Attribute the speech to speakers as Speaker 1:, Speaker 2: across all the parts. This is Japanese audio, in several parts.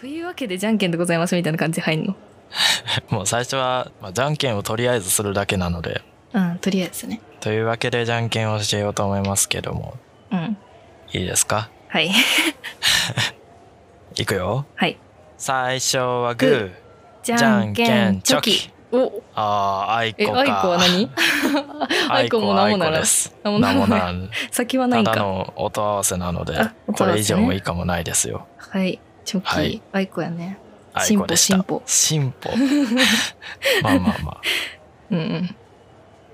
Speaker 1: というわけでじゃんけんでございますみたいな感じで入んの
Speaker 2: もう最初は、まあ、じゃんけんをとりあえずするだけなので
Speaker 1: うんとりあえずね
Speaker 2: というわけでじゃんけんをしてようと思いますけども
Speaker 1: うん
Speaker 2: いいですか
Speaker 1: はい
Speaker 2: いくよ
Speaker 1: はい
Speaker 2: 最初はグー
Speaker 1: じ
Speaker 2: ゃんけんチョキ
Speaker 1: お
Speaker 2: ああアイコ
Speaker 1: え
Speaker 2: か
Speaker 1: アイコは 何アイコも名もな
Speaker 2: アイコ
Speaker 1: ら
Speaker 2: です
Speaker 1: 名も
Speaker 2: 名も
Speaker 1: なら
Speaker 2: なん
Speaker 1: 先はない
Speaker 2: た
Speaker 1: ん
Speaker 2: だ
Speaker 1: か
Speaker 2: の音合わせなので
Speaker 1: あ音合
Speaker 2: こ
Speaker 1: わせね
Speaker 2: れ以上も以下もないですよ
Speaker 1: はいチョキ、
Speaker 2: はい
Speaker 1: アイコやね
Speaker 2: アイコでした
Speaker 1: 進歩
Speaker 2: 進歩 まあまあまあ
Speaker 1: うんうん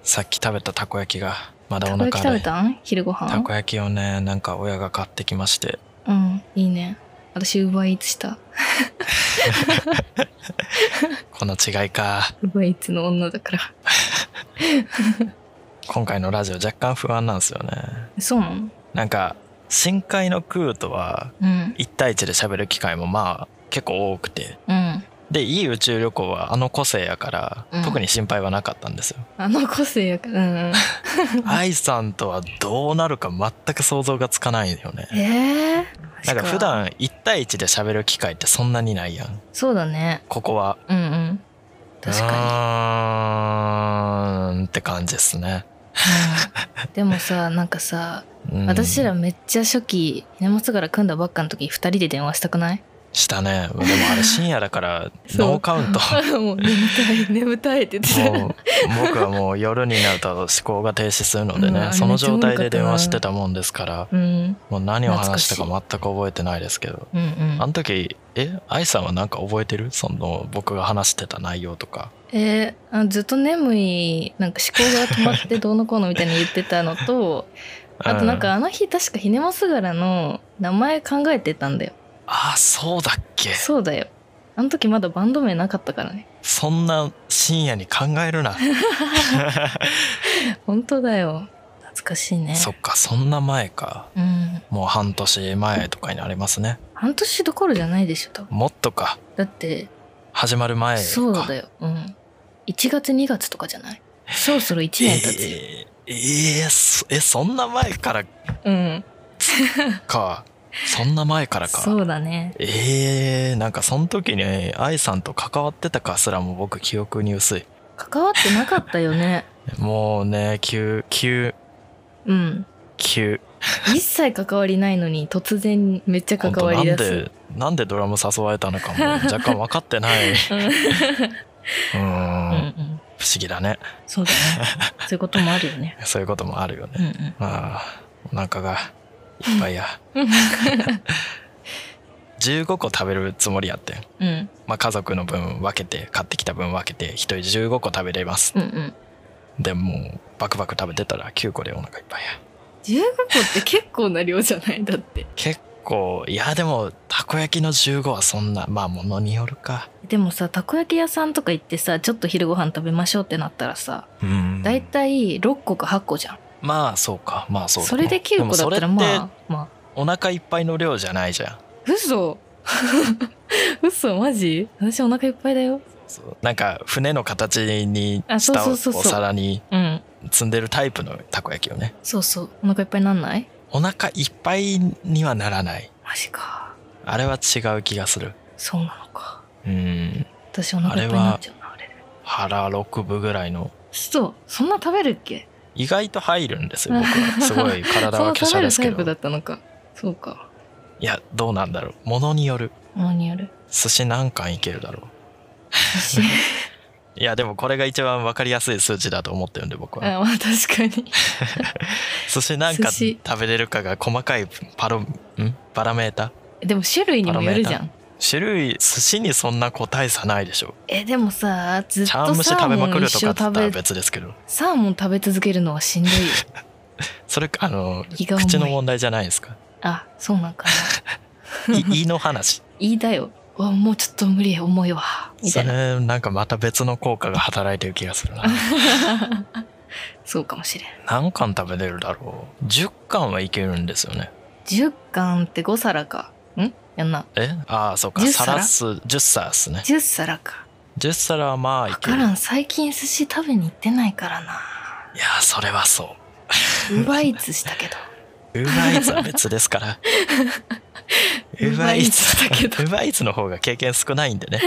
Speaker 2: さっき食べたたこ焼きがまだお
Speaker 1: たこ焼き
Speaker 2: 腹
Speaker 1: 食
Speaker 2: い
Speaker 1: べたん昼ご
Speaker 2: た
Speaker 1: 飯
Speaker 2: こ焼きをねなんか親が買ってきまして
Speaker 1: うんいいね私ウーバーイーツした
Speaker 2: この違いか
Speaker 1: ウーバーイーツの女だ から
Speaker 2: 今回のラジオ若干不安なんですよね
Speaker 1: そうなの
Speaker 2: なんか深海のクーとは
Speaker 1: うん
Speaker 2: 1対1で喋る機会もまあ結構多くて
Speaker 1: うん
Speaker 2: でいい宇宙旅行はあの個性やから、
Speaker 1: うん
Speaker 2: 特に心配はなかったんですよ
Speaker 1: あの個性やから うんうん
Speaker 2: 愛さんとはどうなるか全く想像がつかないよね
Speaker 1: ええー、
Speaker 2: なんか普段1対1で喋る機会ってそんなにないやん
Speaker 1: そうだね
Speaker 2: ここは
Speaker 1: うんうん確か
Speaker 2: うーんって感じですね
Speaker 1: に、うん、でもさなんかさ
Speaker 2: うん
Speaker 1: 私らめっちゃ初期稲松から組んだばっかの時二人で電話したくない
Speaker 2: したねでもあれ深夜だから
Speaker 1: そう
Speaker 2: ノーカウント
Speaker 1: もう眠たい眠たいって言って
Speaker 2: もう僕はもう夜になると思考が停止するので
Speaker 1: う
Speaker 2: ね、
Speaker 1: ん
Speaker 2: その状態で電話してたもんですから
Speaker 1: たうん
Speaker 2: もう何を話したか全く覚えてないですけど
Speaker 1: うんうん
Speaker 2: あの時え愛さんはなんか覚えてるその僕が話してた内容とか
Speaker 1: えーあずっと眠いなんか思考が止まってどうのこうのみたいに言ってたのとあとなん
Speaker 2: う
Speaker 1: かあの日確かひねますがらの名前考えてたんだよ
Speaker 2: ああそうだっけ
Speaker 1: そうだよあの時まだバンド名なかったからね
Speaker 2: そんな深夜に考え るな
Speaker 1: 本当だよ懐かしいね
Speaker 2: そっかそんな前か
Speaker 1: うん
Speaker 2: もう半年前とかになりますね
Speaker 1: 半年どころじゃないでしょ多分
Speaker 2: もっとか
Speaker 1: だって
Speaker 2: 始まる前か
Speaker 1: そうだよ。うん。1月2月とかじゃないそろそろ1年経つよ。
Speaker 2: えーえーそえそんな前から
Speaker 1: うん。
Speaker 2: かそんな前からか
Speaker 1: そうだね。
Speaker 2: えー、なんかその時に愛さんと関わってたかすらも僕記憶に薄い
Speaker 1: 関わってなかったよね。
Speaker 2: もうね急急
Speaker 1: うん。
Speaker 2: 急
Speaker 1: 一切関わりないのに突然めっちゃ関
Speaker 2: 本当
Speaker 1: わ
Speaker 2: な
Speaker 1: り
Speaker 2: ん
Speaker 1: だす。
Speaker 2: でなんでドラム誘われたのかも若干分かってないう
Speaker 1: うん
Speaker 2: ー
Speaker 1: うんんうん。
Speaker 2: 不思議だね
Speaker 1: そうだね。そ ういうこともあるよね。
Speaker 2: そういうこともあるよ
Speaker 1: うん
Speaker 2: ね、
Speaker 1: うん。
Speaker 2: あーお腹がいっぱ いや15個食べるつもりやってん
Speaker 1: うん
Speaker 2: まあ、家族の分分けて買ってきた分分けて1人15個食べれます
Speaker 1: うんうん。
Speaker 2: でもうバクバク食べてたら9個でお腹いっぱいや
Speaker 1: 15個って結構な量じゃないだって。
Speaker 2: 結構いやでもたこ焼きの15はそんなまあものによるか
Speaker 1: でもさ、たこ焼き屋さんとか行ってさ、ちょっと昼ご飯食べましょうってなったらさ、
Speaker 2: うん
Speaker 1: だいたい6個か8個じゃん。
Speaker 2: まあそうかまあそうだ
Speaker 1: それで9個だったら
Speaker 2: でも
Speaker 1: ま
Speaker 2: それっ
Speaker 1: あ
Speaker 2: て
Speaker 1: まあ
Speaker 2: お腹いっぱいの量じゃないじゃん
Speaker 1: 嘘 嘘マジ私お腹いっぱいだよ
Speaker 2: そうなんか船の形に
Speaker 1: あ
Speaker 2: し
Speaker 1: そう
Speaker 2: た
Speaker 1: そ
Speaker 2: お
Speaker 1: うそうそう
Speaker 2: 皿に
Speaker 1: うん
Speaker 2: 積んでるタイプのたこ焼きをね
Speaker 1: そうそうお腹いっぱいなんない
Speaker 2: お腹いっぱいにはならない
Speaker 1: マジか
Speaker 2: あれは違う気がする
Speaker 1: そうなのか
Speaker 2: うん
Speaker 1: 私お腹いっぱいになっちゃうなあれ
Speaker 2: 腹6分ぐらいの
Speaker 1: そうそんな食べるっけ
Speaker 2: 意外と入るんですよ僕はすごい体
Speaker 1: そん
Speaker 2: は
Speaker 1: な
Speaker 2: 華
Speaker 1: 食
Speaker 2: 奢
Speaker 1: べ
Speaker 2: で
Speaker 1: る
Speaker 2: す
Speaker 1: タ
Speaker 2: け
Speaker 1: イプだ
Speaker 2: ど
Speaker 1: ったのかそうか
Speaker 2: いやどうなんだろうものによる
Speaker 1: 何やる
Speaker 2: 寿司何貫いけるだろ
Speaker 1: 私
Speaker 2: ういやでもこれが一番分かりやすい数値だと思ってるんで僕は
Speaker 1: あまあ確かに
Speaker 2: 寿司何貫
Speaker 1: 寿司
Speaker 2: 食べれるかが細かいパロんパラメータ
Speaker 1: でも種類にもよるじゃん
Speaker 2: 種類寿司にそんな個体差ないでしょ
Speaker 1: えでもさずっと
Speaker 2: 茶
Speaker 1: サ
Speaker 2: 碗蒸し
Speaker 1: ー
Speaker 2: 食べ
Speaker 1: モ
Speaker 2: まく
Speaker 1: ン
Speaker 2: る
Speaker 1: 一
Speaker 2: と
Speaker 1: 生
Speaker 2: かだっ
Speaker 1: 食
Speaker 2: たら
Speaker 1: べ
Speaker 2: 別ですけど
Speaker 1: サーモン食べ続けるのはしんどい よ
Speaker 2: それあの
Speaker 1: 胃が重い
Speaker 2: 口の問題じゃないで すか
Speaker 1: あそうなんかない
Speaker 2: 胃の話
Speaker 1: いいだよわもうちょっと無理重いわ みた
Speaker 2: そ
Speaker 1: いな
Speaker 2: れなんかまた別の効果が働いてる気がす るな
Speaker 1: そうかもしれん
Speaker 2: 何貫食べれるだろう10貫はいけるんですよね
Speaker 1: 10貫って5皿かんやんな
Speaker 2: えああそうか
Speaker 1: 10
Speaker 2: サラ
Speaker 1: 皿
Speaker 2: ス10皿ですね
Speaker 1: 10皿か
Speaker 2: 10皿はまあい
Speaker 1: 分
Speaker 2: ける
Speaker 1: か
Speaker 2: い
Speaker 1: ら
Speaker 2: や
Speaker 1: ん最近寿司食べに行ってないからな
Speaker 2: ーそれはそう
Speaker 1: 奪いつしたけど
Speaker 2: ウーバーイーツは別ですからウーバーイーツ
Speaker 1: Uber Eats だけど
Speaker 2: ウーバーイーツの方が経験少ないんでね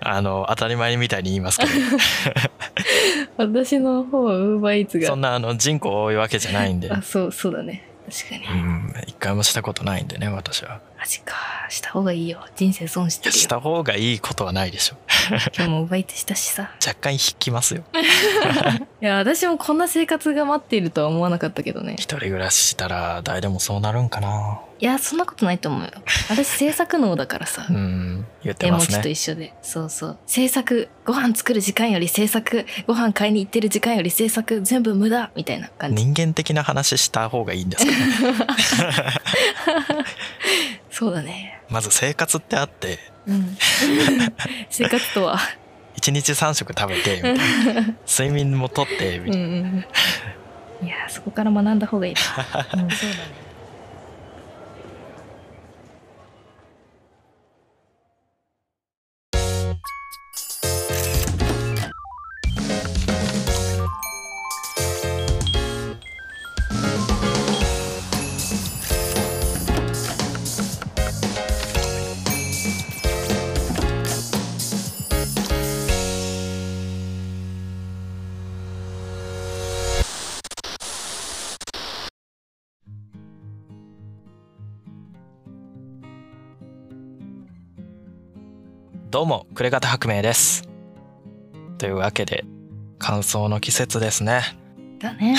Speaker 2: あの当たり前みたいに言いますけど
Speaker 1: 私の方はウーバーイーツ
Speaker 2: そ
Speaker 1: が
Speaker 2: んなあの人口多いわけじゃないんで、う
Speaker 1: あそうそうだね確かに
Speaker 2: ん、一回もしたことないんでね私は
Speaker 1: マジかした方がいいよ人生損してるよ
Speaker 2: した方がいいことはないでしょ
Speaker 1: 今日もウーバーイーツしたしさ
Speaker 2: 若干引きますよ
Speaker 1: いや私もこんな生活が待っているとは思わなかったけどね
Speaker 2: 一人暮らししたら誰でもそうなるんかない
Speaker 1: やそんなことないと思うよ私制作能だからさ、
Speaker 2: うん言って
Speaker 1: 絵
Speaker 2: ま
Speaker 1: 文
Speaker 2: す
Speaker 1: 字と
Speaker 2: ね
Speaker 1: 一緒でそうそう制作ご飯作る時間より制作ご飯買いに行ってる時間より制作全部無駄みたいな感じ、
Speaker 2: 人間的な話した方がいいんですかね
Speaker 1: そうだね
Speaker 2: まず生活ってあって
Speaker 1: うん 生活とは
Speaker 2: 1日3食食べて みたいな睡眠もと ってみた
Speaker 1: う
Speaker 2: い
Speaker 1: んう
Speaker 2: なん
Speaker 1: うんいやそこから学んだ方が いいな、うん、そうだね
Speaker 2: どうも暮方薄明ですというわけで乾燥の季節ですね
Speaker 1: だね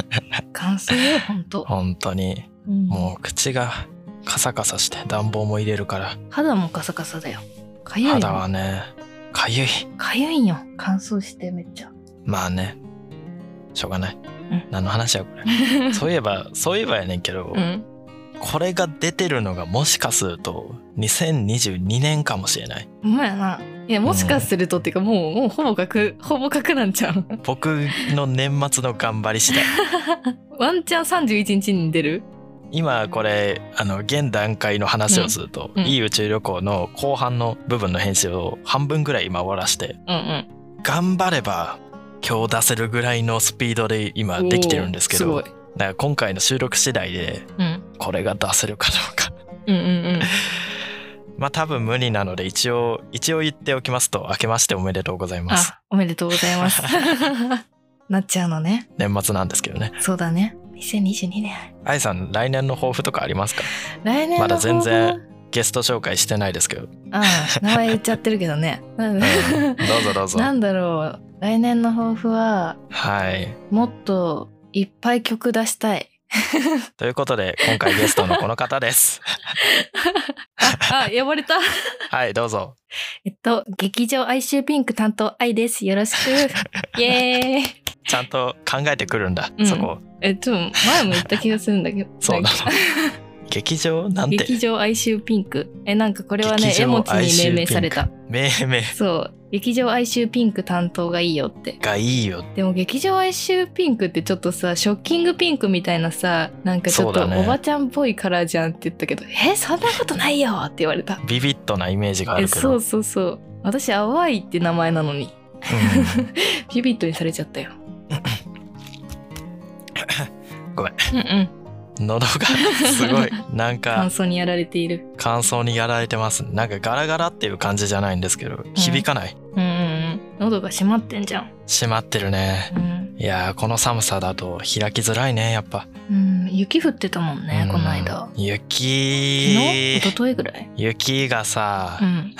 Speaker 1: 感想よ本当、
Speaker 2: 本当に
Speaker 1: うん、
Speaker 2: もう口がカサカサして暖房も入れるから
Speaker 1: 肌もカサカサだよかゆい
Speaker 2: 肌
Speaker 1: よ
Speaker 2: はねかゆい
Speaker 1: かゆいよ乾燥してめっちゃ
Speaker 2: まあねしょうがない、
Speaker 1: ん
Speaker 2: 何の話やこ れそういえばそういえばやねんけど、
Speaker 1: うん
Speaker 2: これが出てるのがもしかすると2022年かもしれない
Speaker 1: ほんまやないやもしかするとっていうかもうもうほぼ確ほぼ確なんちゃう
Speaker 2: 僕の年末の頑張り次第
Speaker 1: ワンチャン31日に出る
Speaker 2: 今これあの現段階の話をすると、
Speaker 1: うんうん
Speaker 2: いい宇宙旅行の後半の部分の編集を半分ぐらい今終わらして
Speaker 1: うんうん
Speaker 2: 頑張れば今日出せるぐらいのスピードで今できてるんですけ
Speaker 1: お
Speaker 2: ど
Speaker 1: ーすごい、
Speaker 2: だから今回の収録次第で
Speaker 1: うん、
Speaker 2: これが出せるかどうか
Speaker 1: うんうんうん
Speaker 2: まあ多分無理なので一応一応言っておきますと明けましておめでとうございます
Speaker 1: あおめでとうございます なっちゃうのね
Speaker 2: 年末なんですけどね
Speaker 1: そうだね2022年
Speaker 2: 愛さん来年の抱負とかありますか
Speaker 1: 来年の
Speaker 2: まだ全
Speaker 1: 抱負
Speaker 2: 然ゲスト紹介してないですけど、うん、
Speaker 1: ああ名前言っちゃってるけどね、 うん
Speaker 2: どうぞどうぞ
Speaker 1: なんだろう来年の抱負は
Speaker 2: はい
Speaker 1: もっといっぱい曲出した い。
Speaker 2: ということで今回ゲストのこの方です
Speaker 1: あ、呼ばれ た。
Speaker 2: はいどうぞ
Speaker 1: えっと、劇場哀愁ピンク担当愛です。よろし く。イエーイ。
Speaker 2: ちゃんと考えてくるんだ、
Speaker 1: うん
Speaker 2: そこ
Speaker 1: え、ちょっと前も言った気がするんだけど。
Speaker 2: そうな
Speaker 1: なんか
Speaker 2: の 劇場なんて
Speaker 1: 劇場哀愁ピンク。え、なんかこれはね、
Speaker 2: 劇
Speaker 1: 絵
Speaker 2: 場
Speaker 1: 文字
Speaker 2: 哀愁
Speaker 1: に
Speaker 2: ピン
Speaker 1: 命
Speaker 2: ク
Speaker 1: 名された。
Speaker 2: 命名
Speaker 1: そう。劇場哀愁ピンク担当がいいよって。
Speaker 2: がいいよ
Speaker 1: でも劇場哀愁ピンクってちょっとさ、ショッキングピンクみたいなさ、なんかちょっと
Speaker 2: そうだね
Speaker 1: おばちゃんっぽいカラーじゃんって言ったけど、え、そんなことないよって言われた。
Speaker 2: ビビッドなイメージがあ
Speaker 1: え
Speaker 2: るけ
Speaker 1: そ
Speaker 2: ど
Speaker 1: うそうそう私淡いって名前なのに
Speaker 2: う
Speaker 1: ビビットにされちゃったよ
Speaker 2: ごめん
Speaker 1: うんうん
Speaker 2: ん喉が すごいな
Speaker 1: 乾
Speaker 2: んか
Speaker 1: 燥にやられている
Speaker 2: 乾燥にやられてますなんかガラガラっていう感じじゃないんですけど響かない、
Speaker 1: うんうんうん喉が閉まってんじゃん
Speaker 2: 閉まってるね
Speaker 1: うん、
Speaker 2: いやーこの寒さだと開きづらいねやっぱ
Speaker 1: うん、雪降ってたもんね、
Speaker 2: うん
Speaker 1: この間昨日
Speaker 2: 雪
Speaker 1: 一昨日ぐらい
Speaker 2: 雪がさ、
Speaker 1: うん、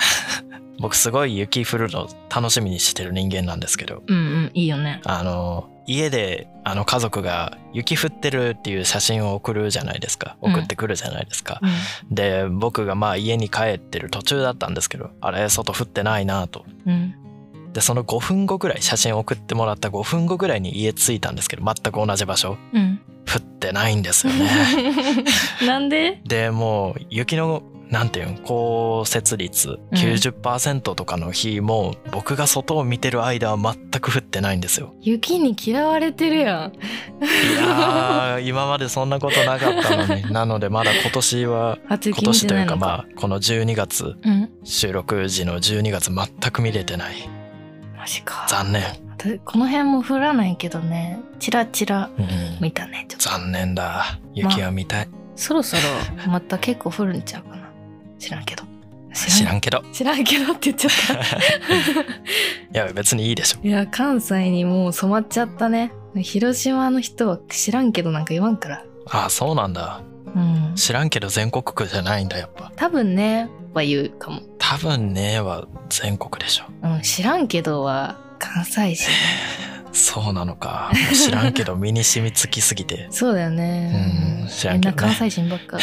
Speaker 2: 僕すごい雪降るの楽しみにしてる人間なんですけど
Speaker 1: うんうんいいよね
Speaker 2: あの家であの家族が雪降ってるっていう写真を送るじゃないですか
Speaker 1: うん
Speaker 2: 送ってくるじゃないですか、
Speaker 1: うん
Speaker 2: で僕がまあ家に帰ってる途中だったんですけどあれ外降ってないなと
Speaker 1: うん
Speaker 2: でその5分後ぐらい写真送ってもらった5分後ぐらいに家着いたんですけど全く同じ場所
Speaker 1: うん
Speaker 2: 降ってないんですよね
Speaker 1: なんで
Speaker 2: でもう雪のなんていうん降雪率
Speaker 1: うん
Speaker 2: 90%とかの日も、僕が外を見てる間は全く降ってないんですよ。
Speaker 1: 雪に嫌われてるやん
Speaker 2: いやー今までそんなことなかったの になのでまだ今年は
Speaker 1: 初
Speaker 2: 今
Speaker 1: 雪見
Speaker 2: 年
Speaker 1: て
Speaker 2: とい
Speaker 1: ないう
Speaker 2: か
Speaker 1: のか
Speaker 2: まあこの12月
Speaker 1: うん
Speaker 2: 収録時の12月全く見れてない
Speaker 1: マジか
Speaker 2: 残念、
Speaker 1: たこの辺も降らないけどねチラチラ
Speaker 2: うん、
Speaker 1: 見たねちょっと
Speaker 2: 残念だ雪は見たい、
Speaker 1: そろそろまた結構降るんちゃうかな知らんけど
Speaker 2: 知らんけど
Speaker 1: 知らんけどって言っちゃった
Speaker 2: いや別にいいでしょ
Speaker 1: いや関西にもう染まっちゃったね広島の人は知らんけどなんか言わんから
Speaker 2: ああそうなんだ
Speaker 1: うん
Speaker 2: 知らんけど全国区じゃないんだやっぱ
Speaker 1: 多分ねは言うかも、
Speaker 2: 多分ねは全国でしょ
Speaker 1: うん、知らんけどは関西 人
Speaker 2: そうなの かもう知らんけど身に染みつきすぎて
Speaker 1: そうだよね
Speaker 2: うん知らんけどね
Speaker 1: みんな関西人ばっ か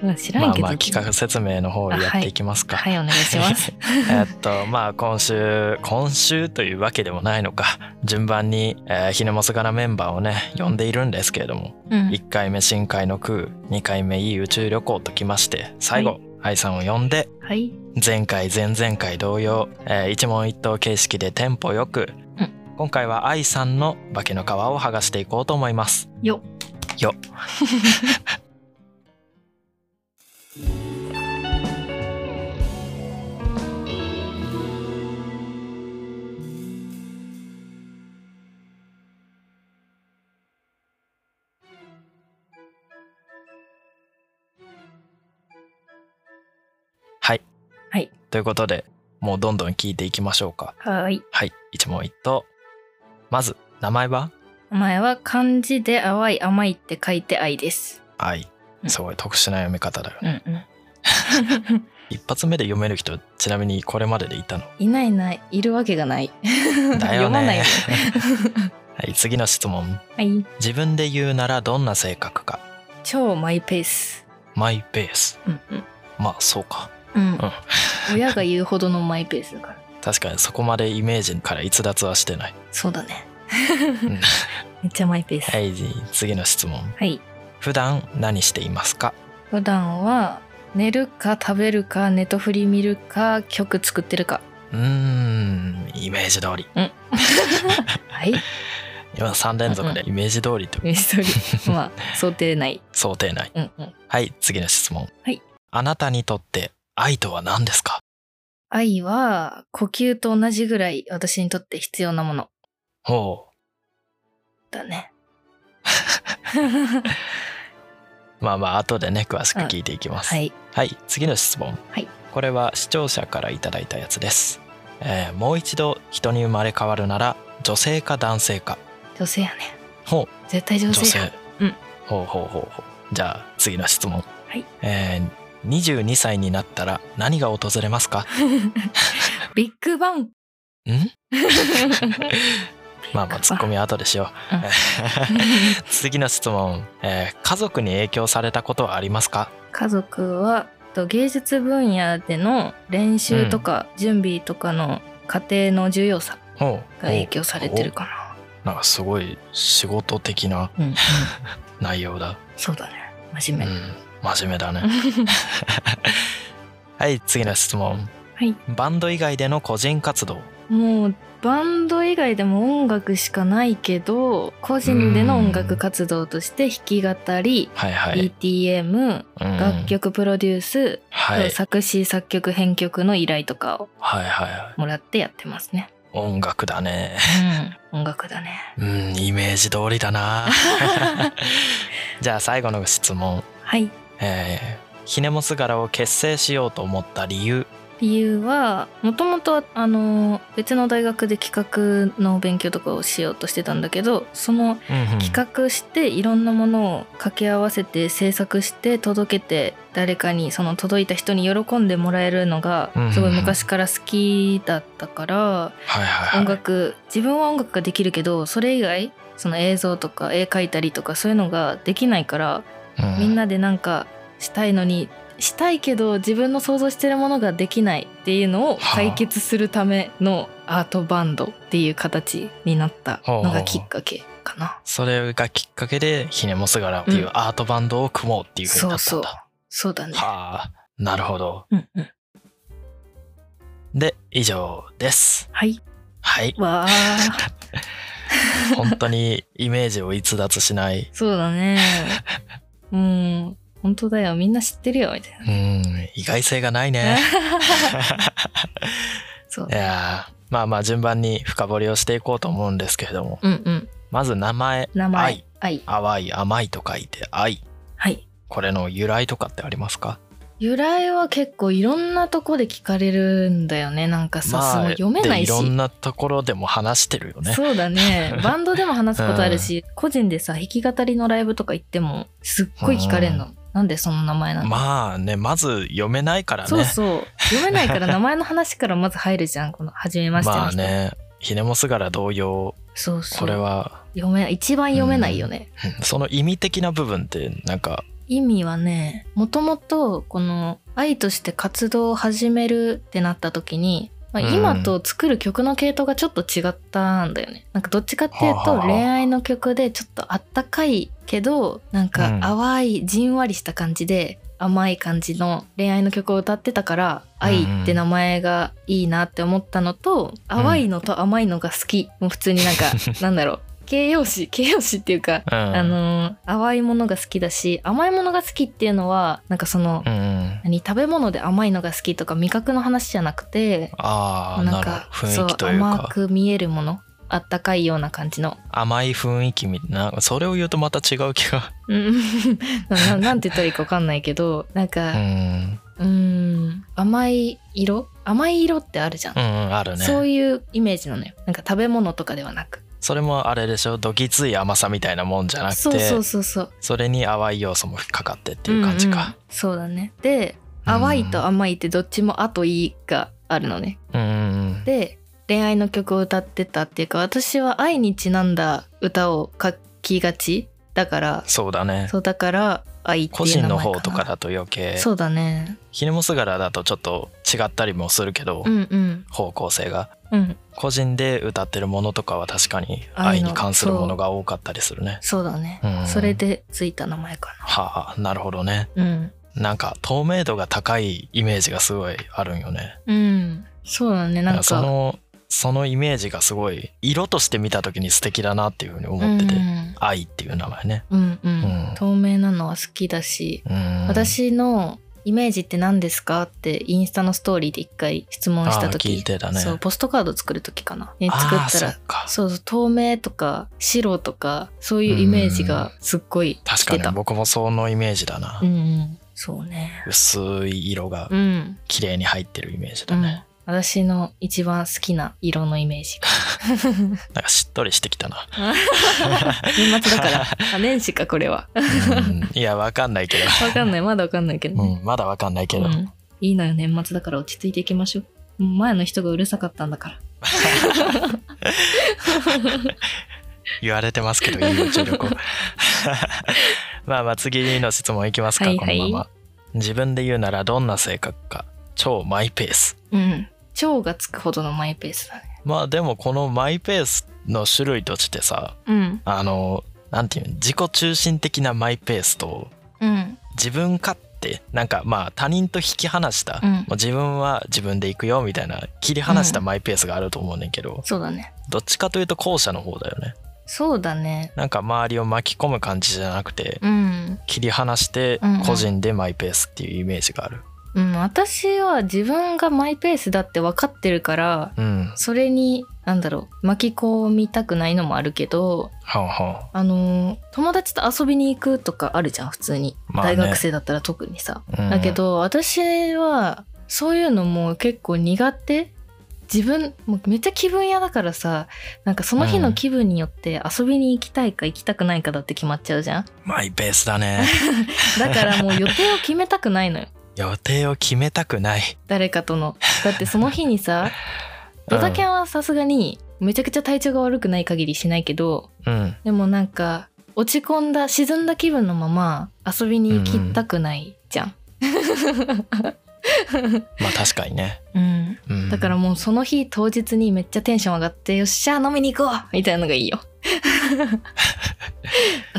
Speaker 1: まあ知ら
Speaker 2: ま
Speaker 1: ん
Speaker 2: あ
Speaker 1: けど、
Speaker 2: まあ企画説明の方やっていきますか、
Speaker 1: はいお願いします
Speaker 2: えっとまあ今週今週というわけでもないのか順番に、えー、ひねもすがらメンバーをね呼んでいるんですけれども、
Speaker 1: うん
Speaker 2: 1回目深海の空2回目いい宇宙旅行ときまして最後、
Speaker 1: は
Speaker 2: 愛さんを呼んで
Speaker 1: はい
Speaker 2: 前回前々回同様、えー一問一答形式でテンポよく、
Speaker 1: うん
Speaker 2: 今回は愛さんの化けの皮を剥がしていこうと思います
Speaker 1: よ
Speaker 2: よ はい
Speaker 1: はい
Speaker 2: ということでもうどんどん聞いていきましょうか
Speaker 1: はい
Speaker 2: はい一問一答まず名前は
Speaker 1: お前は漢字で淡い甘いって書いて愛です
Speaker 2: 愛
Speaker 1: うん
Speaker 2: すごい特殊な読み方だよね、
Speaker 1: うんうん
Speaker 2: 一発目で読める人ちなみにこれまででいたの
Speaker 1: いないいないいるわけがない
Speaker 2: だ よね
Speaker 1: 読まないよ
Speaker 2: はい次の質問
Speaker 1: はい
Speaker 2: 自分で言うならどんな性格か
Speaker 1: 超マイペース
Speaker 2: マイペース
Speaker 1: うん
Speaker 2: まあそうか
Speaker 1: うん、うん
Speaker 2: ん、
Speaker 1: 親が言うほどのマイペースだから
Speaker 2: 確かにそこまでイメージから逸脱はしてない、
Speaker 1: そうだね
Speaker 2: うん
Speaker 1: めっちゃマイペース
Speaker 2: はい次の質問
Speaker 1: はい
Speaker 2: 普段何していますか
Speaker 1: 普段は寝るか食べるかネットフリ見るか曲作ってるか
Speaker 2: うーんイメージ通り
Speaker 1: はい
Speaker 2: 今3連続でイメージ通りって
Speaker 1: ミストリーまあ想定内
Speaker 2: 想定内
Speaker 1: うんうん
Speaker 2: はい次の質問
Speaker 1: はい
Speaker 2: あなたにとって愛とは何ですか
Speaker 1: 愛は呼吸と同じぐらい私にとって必要なもの
Speaker 2: ほ
Speaker 1: だ ね
Speaker 2: うまあまあ後でね詳しく聞いていきます、
Speaker 1: はい
Speaker 2: はい次の質問、
Speaker 1: はい
Speaker 2: これは視聴者からいただいたやつです、えーもう一度人に生まれ変わるなら女性か男性か
Speaker 1: 女性やね
Speaker 2: ほ
Speaker 1: 絶対
Speaker 2: う
Speaker 1: 女
Speaker 2: 女
Speaker 1: 性
Speaker 2: 性
Speaker 1: やうん
Speaker 2: ほうほうほうほうじゃあ次の質問
Speaker 1: はい
Speaker 2: えー22歳になったら何が訪 れますか
Speaker 1: ビッグバン
Speaker 2: ん まあまあツッコミは後でしよう、
Speaker 1: うん
Speaker 2: 次の質問、えー家族に影響されたことはありますか
Speaker 1: 家族はと芸術分野での練習とか準備とかの過程の重要さ
Speaker 2: ほう
Speaker 1: が影響されてるか
Speaker 2: おなんかすごい仕事的な
Speaker 1: な、うんうん、
Speaker 2: 内容だ、
Speaker 1: そうだね真
Speaker 2: う
Speaker 1: 面目、
Speaker 2: ん、真面目 だねはい次の質問
Speaker 1: はい
Speaker 2: バンド以外での個人活動
Speaker 1: もうバンド以外でも音楽しかないけど個人での音楽活動として弾き語り、
Speaker 2: はいはい、
Speaker 1: BTM
Speaker 2: うん
Speaker 1: 楽曲プロデュース、
Speaker 2: はい
Speaker 1: 作詞作曲編曲の依頼とかを
Speaker 2: はいはいはい
Speaker 1: もらってやってますね。
Speaker 2: 音楽だね
Speaker 1: うん、音楽だね。
Speaker 2: うんイメージ通り だなじゃあ最後の質問
Speaker 1: はい
Speaker 2: えー、ひねもすがらを結成しようと思った理由
Speaker 1: 理由はもともとあの別の大学で企画の勉強とかをしようとしてたんだけどその企画していろんなものを掛け合わせて制作して届けて誰かにその届いた人に喜んでもらえるのが
Speaker 2: うんうんうん
Speaker 1: すごい昔から好きだったから
Speaker 2: はいはい
Speaker 1: 音
Speaker 2: はい
Speaker 1: 楽自分は音楽ができるけどそれ以外その映像とか絵描いたりとかそういうのができないから
Speaker 2: う
Speaker 1: みんなでなんかしたいのにしたいけど自分の想像してるものができないっていうのを解決するためのアートバンドっていう形になったのがきっかけかな。
Speaker 2: それがきっかけでひねもすがらっていううんアートバンドを組もうっていうふうになったんだ、
Speaker 1: そうそうだね。
Speaker 2: はあなるほど
Speaker 1: うんうん。
Speaker 2: で以上です
Speaker 1: はい。
Speaker 2: はい
Speaker 1: わあ、
Speaker 2: 本当にイメージを逸脱しない
Speaker 1: そうだね。うん、本当だよ。みんな知ってるよみたい
Speaker 2: うん意外性がない
Speaker 1: な
Speaker 2: ね。
Speaker 1: そう
Speaker 2: い。やーまあまあ順番に深掘りをしていこうと思うんですけれども
Speaker 1: うんうん。
Speaker 2: まず名前
Speaker 1: 名前。
Speaker 2: 愛
Speaker 1: 愛。
Speaker 2: 淡い甘いと書いて愛
Speaker 1: はい。
Speaker 2: これの由来とかってありますか
Speaker 1: 由来は結構いろんなとこで聞かれるんだよねなんかさ、その読めない
Speaker 2: で
Speaker 1: し
Speaker 2: いろんなところでも話してるよね。
Speaker 1: そうだ ねバンドでも話すことあるし、個人でさ弾き語りのライブとか行ってもすっごい聞かれるの、
Speaker 2: う
Speaker 1: なんでその名前なの、
Speaker 2: まあねまず読めないからね。
Speaker 1: そうそう読めないから名前の話からまず入るじゃんこの初めましての
Speaker 2: まあ
Speaker 1: 人、
Speaker 2: ねひねもすがら同様
Speaker 1: そうそう
Speaker 2: これは、
Speaker 1: 読めない一番読めないよね、
Speaker 2: うんその意味的な部分ってなんか
Speaker 1: 意味はねもともとこの愛として活動を始めるってなった時に、まあ、
Speaker 2: うん
Speaker 1: 今と作る曲の系統がちょっと違ったんだよね、なんかどっちかっていう
Speaker 2: はあ
Speaker 1: と
Speaker 2: はあ
Speaker 1: 恋愛の曲でちょっとあったかいけどなん
Speaker 2: う
Speaker 1: か
Speaker 2: ん
Speaker 1: 淡いじんわりした感じで甘い感じの恋愛の曲を歌ってたから「愛」って名前がいいなって思ったのと、淡いのと甘いのが好きもう普通になん かなんだろう形容詞形容詞っていうか
Speaker 2: うん
Speaker 1: あのー淡いものが好きだし甘いものが好きっていうのはなんかその、
Speaker 2: うん
Speaker 1: 何食べ物で甘いのが好きとか味覚の話じゃなくて
Speaker 2: ああ
Speaker 1: な
Speaker 2: なんる
Speaker 1: か
Speaker 2: ほど雰囲気と
Speaker 1: そう
Speaker 2: いう
Speaker 1: 甘
Speaker 2: か
Speaker 1: く見えるものあったかいような感じの、
Speaker 2: 甘い雰囲気みなそれを言うとまた違う気が
Speaker 1: うんななんて言ったらいいか分かんないけどなん
Speaker 2: う
Speaker 1: か
Speaker 2: ん
Speaker 1: うーん甘い色甘い色ってあるじゃん、
Speaker 2: うんうんあるね
Speaker 1: そういうイメージなのよなんか食べ物とかではなく
Speaker 2: それもあれでしょどぎつい甘さみたいなもんじゃなくて
Speaker 1: そうそうそうそう
Speaker 2: それに淡い要素も引っかかってっていう感じ
Speaker 1: うんうん
Speaker 2: か、
Speaker 1: そうだねで
Speaker 2: うん
Speaker 1: 淡いと甘いってどっちも「あ」と「い」があるのね
Speaker 2: うんうん
Speaker 1: で恋愛の曲を歌ってたっていうか私は愛にちなんだ歌を書きがちだから
Speaker 2: そうだね
Speaker 1: そうだから愛って
Speaker 2: 個
Speaker 1: いう
Speaker 2: 人
Speaker 1: 名前かな
Speaker 2: の方とかだと余計
Speaker 1: そうだね
Speaker 2: ひねもすがらだとちょっと違ったりもするけど、
Speaker 1: うんうん
Speaker 2: 方向性が
Speaker 1: うん
Speaker 2: 個人で歌ってるものとかは確かに
Speaker 1: 愛
Speaker 2: 愛
Speaker 1: の
Speaker 2: に関するものが多かったりするね
Speaker 1: そうだね、
Speaker 2: うん
Speaker 1: それでついた名前か
Speaker 2: はあなるほどね
Speaker 1: なうん
Speaker 2: なんか透明度が高いイメージがすごいあるんよね
Speaker 1: うんそうだねな
Speaker 2: な
Speaker 1: んん
Speaker 2: か
Speaker 1: か
Speaker 2: そのそのイメージがすごい色として見た時に素敵だなっていうふうに思ってて、
Speaker 1: うん
Speaker 2: 愛っていう名前ね
Speaker 1: うんうん、
Speaker 2: うん
Speaker 1: 透明なのは好きだし
Speaker 2: うん
Speaker 1: 私のイメージって何ですかってインスタのストーリーで一回質問した時
Speaker 2: あー聞いてたね
Speaker 1: そうポストカード作る時かな、ね、作
Speaker 2: あー
Speaker 1: ったら
Speaker 2: そっか
Speaker 1: そうそう透明とか白とかそういうイメージがすっごいし
Speaker 2: 確
Speaker 1: て
Speaker 2: か
Speaker 1: た
Speaker 2: に僕もそのイメージだな、
Speaker 1: うんうんそうね
Speaker 2: 薄い色が
Speaker 1: うん、
Speaker 2: 綺麗に入ってるイメージ
Speaker 1: う
Speaker 2: だ
Speaker 1: ん
Speaker 2: ね、、
Speaker 1: 私の一番好きな色のイメージ
Speaker 2: なんかしっとりしてきたな、
Speaker 1: 年末だ からあ年始かこれは
Speaker 2: うんいやわかんない けど
Speaker 1: わかんないまだわかんないけどね、
Speaker 2: うん、まだわかんないけ
Speaker 1: う
Speaker 2: ど、
Speaker 1: んいいのよ年末だから落ち着いていきましょうもう前の人がうるさかったんだから
Speaker 2: 言われてますけど、いい宇宙旅行。 まあまあ、次の質問いきますか、
Speaker 1: はい
Speaker 2: こ
Speaker 1: は
Speaker 2: の
Speaker 1: い
Speaker 2: まま。自分で言うならどんな性格か。超マイペース。
Speaker 1: うん蝶がつくほどのマイペースだね
Speaker 2: まあでも、このマイペースの種類としてさ、
Speaker 1: うん
Speaker 2: あの、なんていうの、自己中心的なマイペースと、
Speaker 1: うん
Speaker 2: 自分勝手、なんかまあ他人と引き離した、
Speaker 1: うん
Speaker 2: もう自分は自分で行くよみたいな、切り離したマイペースがあると思うねんけど、
Speaker 1: そうだね
Speaker 2: どっちかというと後者の方だよね。
Speaker 1: そうだね
Speaker 2: なんか周りを巻き込む感じじゃなくて、
Speaker 1: うん、
Speaker 2: 切り離して
Speaker 1: うんうん
Speaker 2: 個人でマイペースっていうイメージがある。
Speaker 1: うん、私は自分がマイペースだって分かってるから
Speaker 2: うん。
Speaker 1: それに何だろう巻き込みたくないのもあるけど
Speaker 2: はんは
Speaker 1: あのー友達と遊びに行くとかあるじゃん普通に、
Speaker 2: まあね
Speaker 1: 大学生だったら特にさ、
Speaker 2: ん。うん
Speaker 1: だけ。ど私はそういうのも結構苦手自分もうめっちゃ気分屋だからさなんかその日の気分によって遊びに行きたいか行きたくないかだって決まっちゃうじゃん
Speaker 2: マイペースだね。
Speaker 1: だからもう予定を決めたくない のよ
Speaker 2: 予定を決めたくない。
Speaker 1: 誰かとのだってその日にさドタキャンはさすがにめちゃくちゃ体調が悪くない限りしないけど
Speaker 2: うん。
Speaker 1: でもなんか落ち込んだ沈んだ気分のまま遊びに行きたくないじゃん、
Speaker 2: まあ確かにね。
Speaker 1: うん、
Speaker 2: うん、
Speaker 1: だからもうその日当日にめっちゃテンション上がってよっしゃ飲みに行こうみたいなのがいい よ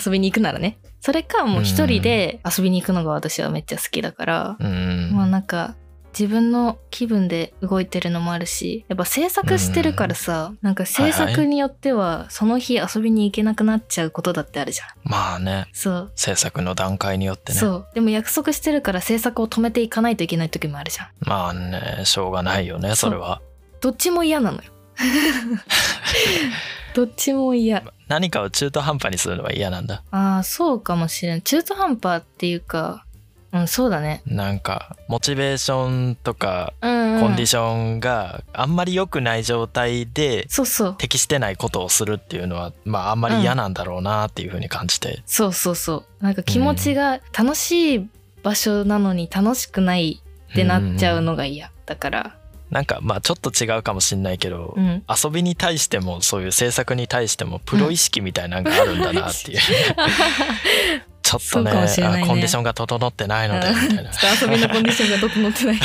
Speaker 1: 遊びに行くならねそれかもう一人で遊びに行くのが私はめっちゃ好きだから、
Speaker 2: うん。
Speaker 1: まあなんか自分の気分で動いてるのもあるしやっぱ制作してるからさ、なんか制作によってはその日遊びに行けなくなっちゃうことだってあるじゃん。
Speaker 2: まあね。
Speaker 1: そう
Speaker 2: 制作の段階によってね。
Speaker 1: そうでも約束してるから制作を止めていかないといけない時もあるじゃん
Speaker 2: まあ ね、しょうがないよね、それは。
Speaker 1: どっちも嫌なのよどっちも嫌
Speaker 2: 何かを中途半端にするのは嫌なんだ
Speaker 1: ああそうかもしれない中途半端っていうかうんそうだね
Speaker 2: なんかモチベーションとか
Speaker 1: うん、うん、
Speaker 2: コンディションがあんまり良くない状態で
Speaker 1: そうそう
Speaker 2: 適してないことをするっていうのはまああんまり嫌なんだろうなっていうふうに感じて、
Speaker 1: そうそうそうなんか気持ちが楽しい場所なのに楽しくないってなっちゃうのが嫌だから
Speaker 2: なんかまあちょっと違うかもしんないけど、
Speaker 1: うん
Speaker 2: 遊びに対してもそういう制作に対してもプロ意識みたいなのがあるんだなっていう、ちょ っ
Speaker 1: そ
Speaker 2: と
Speaker 1: う
Speaker 2: ね
Speaker 1: かもしれないね
Speaker 2: あコンディションが整ってないので
Speaker 1: うん
Speaker 2: みたいな
Speaker 1: ちょっと遊びのコンディションが整ってない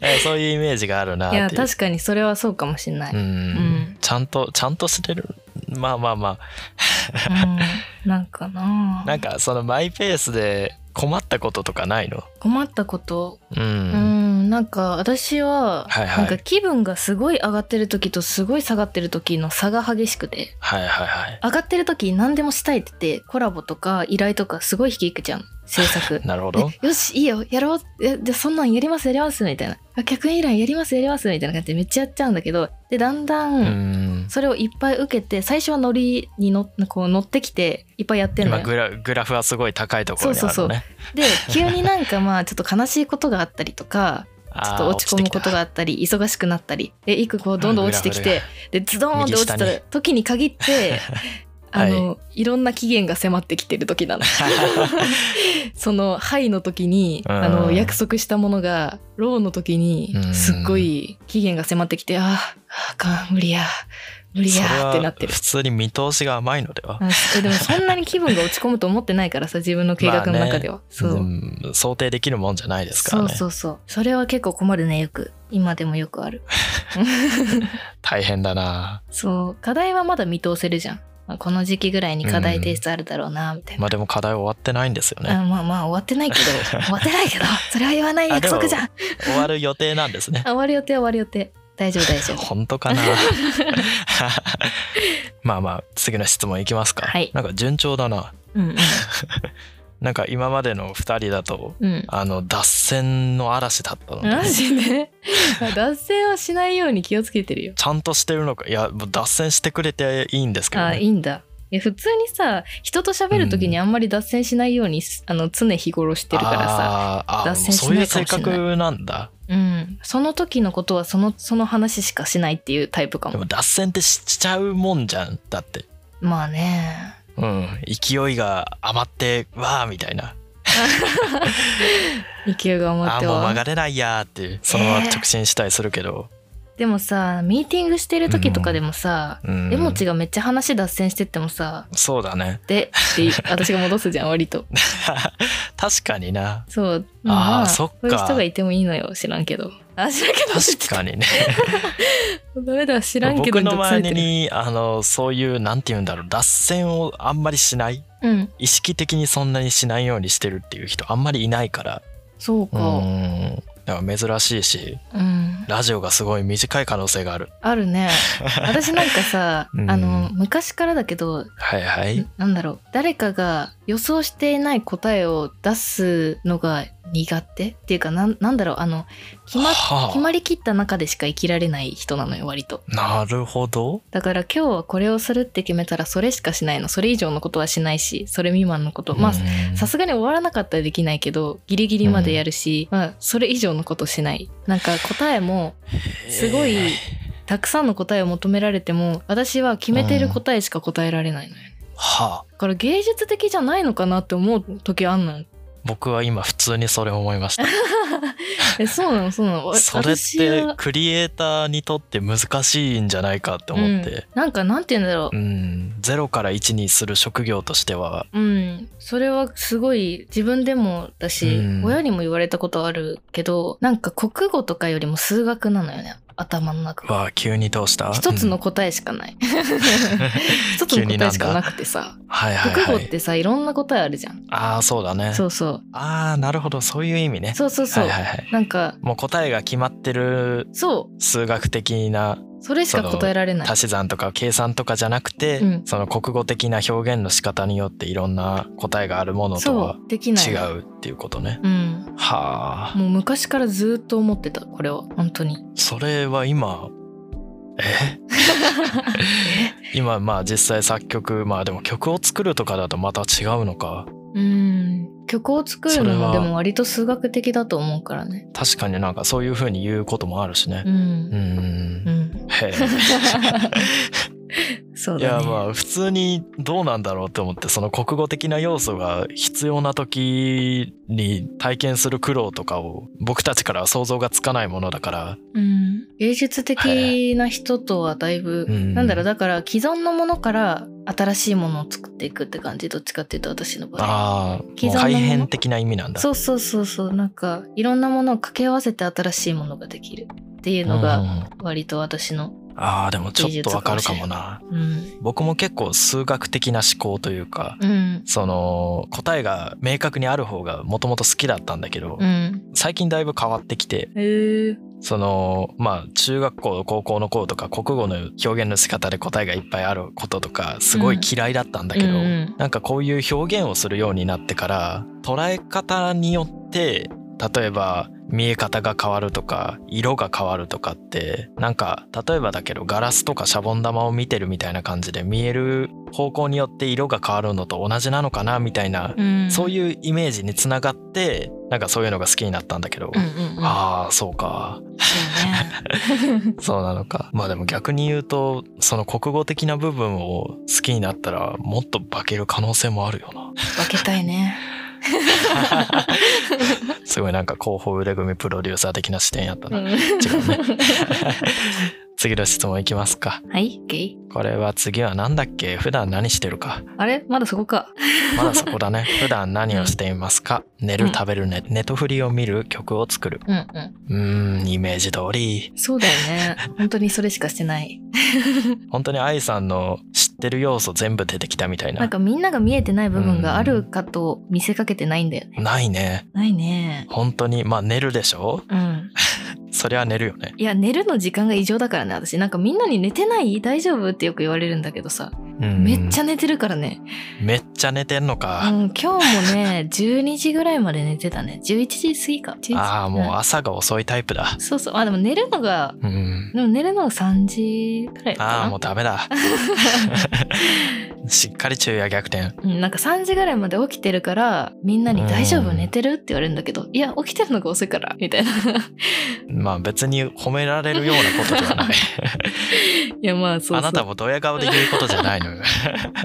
Speaker 2: えそういうイメージが あるない
Speaker 1: や
Speaker 2: っていう
Speaker 1: 確かにそれはそうかもしれない、
Speaker 2: う
Speaker 1: うん
Speaker 2: んちゃんとちゃんとしてるまあまあま
Speaker 1: なんかな
Speaker 2: あなんかそのマイペースで困ったこととかないの
Speaker 1: 困ったこと
Speaker 2: う、
Speaker 1: うんんなんか私は、
Speaker 2: はいはい
Speaker 1: なんか気分がすごい上がってる時とすごい下がってる時の差が激しくて
Speaker 2: はいはいはい
Speaker 1: 上がってる時何でもしたいって言ってコラボとか依頼とかすごい引き受けちゃうの制作
Speaker 2: なるほど
Speaker 1: えよしいいよやろうえじゃあそんなんやりますやりますみたいなあ客演依頼やりますやりますみたいな感じでめっちゃやっちゃうんだけどでだんだ
Speaker 2: うんん
Speaker 1: それをいっぱい受けて最初はノリにのこう乗ってきていっぱいやってんの
Speaker 2: 今
Speaker 1: よ
Speaker 2: グラグラフはすごい高いところにあるのね
Speaker 1: そうそうそうで急になんかまあちょっと悲しいことがあったりとかちょっと落ち込むことがあったり忙しくなったりで一個こうどんどん落ちてきてでズドーンって落ち
Speaker 2: 右
Speaker 1: た
Speaker 2: 下に
Speaker 1: 時に限って あの、、
Speaker 2: はい
Speaker 1: ろんな期限が迫ってきてる時 なのその「はい」の時に
Speaker 2: うん
Speaker 1: あの約束したものが「ロー」の時に
Speaker 2: うん
Speaker 1: すっごい期限が迫ってきて「あーあかん無理や無理
Speaker 2: それ
Speaker 1: や」
Speaker 2: は
Speaker 1: ってなってる
Speaker 2: 普。通に見通しが甘いのでは
Speaker 1: あえでもそんなに気分が落ち込むと思ってない からさ自分の計画の中では、そううん
Speaker 2: 想定できるもんじゃないですからね
Speaker 1: そうそうそうそれは結構困るねよく今でもよくある
Speaker 2: 大変だな
Speaker 1: そう課題はまだ見通せるじゃんまあこの時期ぐらいに課題提出あるだろうなみたいな、
Speaker 2: まあでも課題終わってないんですよね、
Speaker 1: あまあまあ終わってないけ ど終わってないけどそれは言わない約束じゃんあ
Speaker 2: 終わる予定なんですね
Speaker 1: 終わる予定終わる予定大丈夫大丈夫
Speaker 2: 本当かな まあまあ次の質問いきますか、
Speaker 1: はい
Speaker 2: なんか順調だな
Speaker 1: うんうん
Speaker 2: なんか今までの2人だと
Speaker 1: うん
Speaker 2: あの脱線の嵐だったので、
Speaker 1: マジで 脱線はしないように気をつけてるよ
Speaker 2: ちゃんとしてるのかいやもう脱線してくれていいんですけど、ね、
Speaker 1: あいいんだいや普通にさ人と喋る時にあんまり脱線しないように、あの常日頃してるからさ、
Speaker 2: あーあー
Speaker 1: 脱線しないかもしれない
Speaker 2: そういう性格なんだ
Speaker 1: うん、その時のことはそのその話しかしないっていうタイプか
Speaker 2: で
Speaker 1: も
Speaker 2: も脱線ってしちゃうもんじゃんだって
Speaker 1: まあね
Speaker 2: うん勢いが余ってわーみたいな
Speaker 1: 勢いが
Speaker 2: あ
Speaker 1: 余っ
Speaker 2: あ
Speaker 1: て
Speaker 2: ーもう曲
Speaker 1: は
Speaker 2: がれないやーってそのまま直進したりするけど、
Speaker 1: でもさミーティングしてる時とかでもさ、
Speaker 2: うん
Speaker 1: エモチがめっちゃ話脱線してってもさ
Speaker 2: そうだね
Speaker 1: 「で」って私が戻すじゃん割 と
Speaker 2: 確かにな
Speaker 1: そう
Speaker 2: あーそ
Speaker 1: そう
Speaker 2: っか
Speaker 1: いう人がいてもいいのよ知らんけどあ知らんけど
Speaker 2: 確 かにね
Speaker 1: ダメだ知らんけど
Speaker 2: 僕の
Speaker 1: 毒されて
Speaker 2: 周
Speaker 1: る
Speaker 2: りにあのそういうなんて言うんだろう脱線をあんまりしない
Speaker 1: うん
Speaker 2: 意識的にそんなにしないようにしてるっていう人あんまりいないから
Speaker 1: そう
Speaker 2: う
Speaker 1: か
Speaker 2: んだから珍しいし
Speaker 1: うん
Speaker 2: ラジオがすごい短い可能性がある
Speaker 1: ある ね私なんかさ
Speaker 2: うん
Speaker 1: あの昔からだけど
Speaker 2: はいはい
Speaker 1: なんだろう誰かが予想していない答えを出すのが苦手っていうかなんなんだろうあの決まっ
Speaker 2: はあ
Speaker 1: 決まりきった中でしか生きられない人なのよ割と
Speaker 2: なるほど
Speaker 1: だから今日はこれをするって決めたらそれしかしないのそれ以上のことはしないしそれ未満のことまあ
Speaker 2: うん
Speaker 1: さすがに終わらなかったらできないけどギリギリまでやるし、まあ、それ以上のことしないなんか答えもすごい
Speaker 2: えー
Speaker 1: たくさんの答えを求められても私は決めてる答えしか答えられないのよ、
Speaker 2: はあ
Speaker 1: だから芸術的じゃないのかなって思う時あんのよ
Speaker 2: 僕は今普通にそれ思いました
Speaker 1: えそうなのそうなの
Speaker 2: それっ
Speaker 1: 私
Speaker 2: て
Speaker 1: は
Speaker 2: クリエイターにとって難しいんじゃないかって思って、
Speaker 1: なんかなんて言うんだろう
Speaker 2: うん0から1にする職業としては
Speaker 1: うん、それはすごい自分でもだし、
Speaker 2: うん
Speaker 1: 親にも言われたことあるけどなんか国語とかよりも数学なのよね頭の中が
Speaker 2: わあ急にどうした
Speaker 1: 一つの
Speaker 2: うん
Speaker 1: 答えしかない、一つの答えしかなくてさ
Speaker 2: はいはい
Speaker 1: 国語
Speaker 2: は
Speaker 1: っ
Speaker 2: い
Speaker 1: てさいろんな答えあるじゃん
Speaker 2: ああそうだね
Speaker 1: そうそう
Speaker 2: ああなるほどそういう意味ね
Speaker 1: そうそうそう、
Speaker 2: はいはいはい
Speaker 1: なんか
Speaker 2: もう答えが決まってる
Speaker 1: そ
Speaker 2: 数学的な
Speaker 1: うそれしか答えられない
Speaker 2: 足し算とか計算とかじゃなくて、
Speaker 1: うん
Speaker 2: その国語的な表現の仕方によっていろんな答えがあるものと
Speaker 1: そ
Speaker 2: は
Speaker 1: うできない
Speaker 2: 違うっていうことね。
Speaker 1: うん
Speaker 2: はあ
Speaker 1: もう昔からずーっと思ってたこれは本当に
Speaker 2: それは今え今まあ実際作曲まあでも曲を作るとかだとまた違うのか
Speaker 1: うん曲を作るの
Speaker 2: それは
Speaker 1: もでも割と数学的だと思うからね
Speaker 2: 確かになんかそういう風に言うこともあるしね
Speaker 1: う
Speaker 2: うん
Speaker 1: んうん
Speaker 2: へ え
Speaker 1: そう
Speaker 2: い
Speaker 1: だ
Speaker 2: や
Speaker 1: ね
Speaker 2: まあ普通にどうなんだろうって思ってその国語的な要素が必要な時に体験する苦労とかを僕たちからは想像がつかないものだから
Speaker 1: うん、芸術的な人とはだいぶ、
Speaker 2: うん
Speaker 1: なんだろうだから既存のものから新しいものを作っていくって感じどっちかっていうと私の場合
Speaker 2: ああ
Speaker 1: 既存のもの
Speaker 2: 改変的な意味なんだ
Speaker 1: そうそうそうそうなんかいろんなものを掛け合わせて新しいものができるっていうの
Speaker 2: うんう
Speaker 1: が
Speaker 2: ん
Speaker 1: 割と私の
Speaker 2: ああでもちょっとわかるかもな
Speaker 1: うん
Speaker 2: 僕も結構数学的な思考というか
Speaker 1: うん
Speaker 2: その答えが明確にある方がもともと好きだったんだけど、
Speaker 1: うん
Speaker 2: 最近だいぶ変わってきて
Speaker 1: へえ
Speaker 2: そのまあ中学校高校の頃とか国語の表現の仕方で答えがいっぱいあることとかすごい嫌いだったんだけど、
Speaker 1: うんうん
Speaker 2: なんかこういう表現をするようになってから捉え方によって例えば見え方が変わるとか色が変わるとかってなんか例えばだけどガラスとかシャボン玉を見てるみたいな感じで見える方向によって色が変わるのと同じなのかなみたいな、
Speaker 1: うん
Speaker 2: そういうイメージにつながってなんかそういうのが好きになったんだけど、
Speaker 1: うんうんうん
Speaker 2: ああそうか
Speaker 1: そうね
Speaker 2: そうなのかまあでも逆に言うとその国語的な部分を好きになったらもっと化ける可能性もあるよな
Speaker 1: 分けたいね
Speaker 2: すごいなんか広報腕組プロデューサー的な視点やった
Speaker 1: う
Speaker 2: な、
Speaker 1: ん
Speaker 2: 違うね次の質問いきますか
Speaker 1: はいオッケー
Speaker 2: これは次は何だっけ普段何してるか
Speaker 1: あれまだそこか
Speaker 2: まだそこ だね普段何をしていますか寝る食べるねネトフリを見る曲を作る
Speaker 1: うんうん
Speaker 2: うーんイメージ通り
Speaker 1: そうだよ ね本当にそれしかしてない
Speaker 2: 本当に愛さんの知ってる要素全部出てきたみたい
Speaker 1: なんかみんなが見えてない部分があるかと見せかけてないんだよね。
Speaker 2: ないね
Speaker 1: ないね。
Speaker 2: 本当にまあ寝るでしょ
Speaker 1: うん。
Speaker 2: そりゃ寝るよね
Speaker 1: いや、寝るの時間が異常だからね、私。なんかみんなに寝てない大丈夫ってよく言われるんだけどさ。めっち
Speaker 2: ゃ
Speaker 1: ゃ寝てるからね。
Speaker 2: めっちゃ寝てんの
Speaker 1: うん、
Speaker 2: か、
Speaker 1: 今日も ね、12時ぐらいまで寝てたね。11時過ぎか。11時
Speaker 2: ああもう朝が遅いタイプだ
Speaker 1: うんそうそう。あ、でも寝るのが、
Speaker 2: うん
Speaker 1: でも寝るのが3時ぐらいかな。
Speaker 2: ああもうダ メだしっかり昼夜逆転
Speaker 1: うん、なんか3時ぐらいまで起きてるから、みんなに
Speaker 2: うん
Speaker 1: 大丈夫寝てるって言われるんだけど、いや、起きてるのが遅いから、みたいな。
Speaker 2: まあ別に褒められるようなことではない
Speaker 1: いや、まあ、そうそう。
Speaker 2: あなたもドヤ顔で言うことじゃな いのよ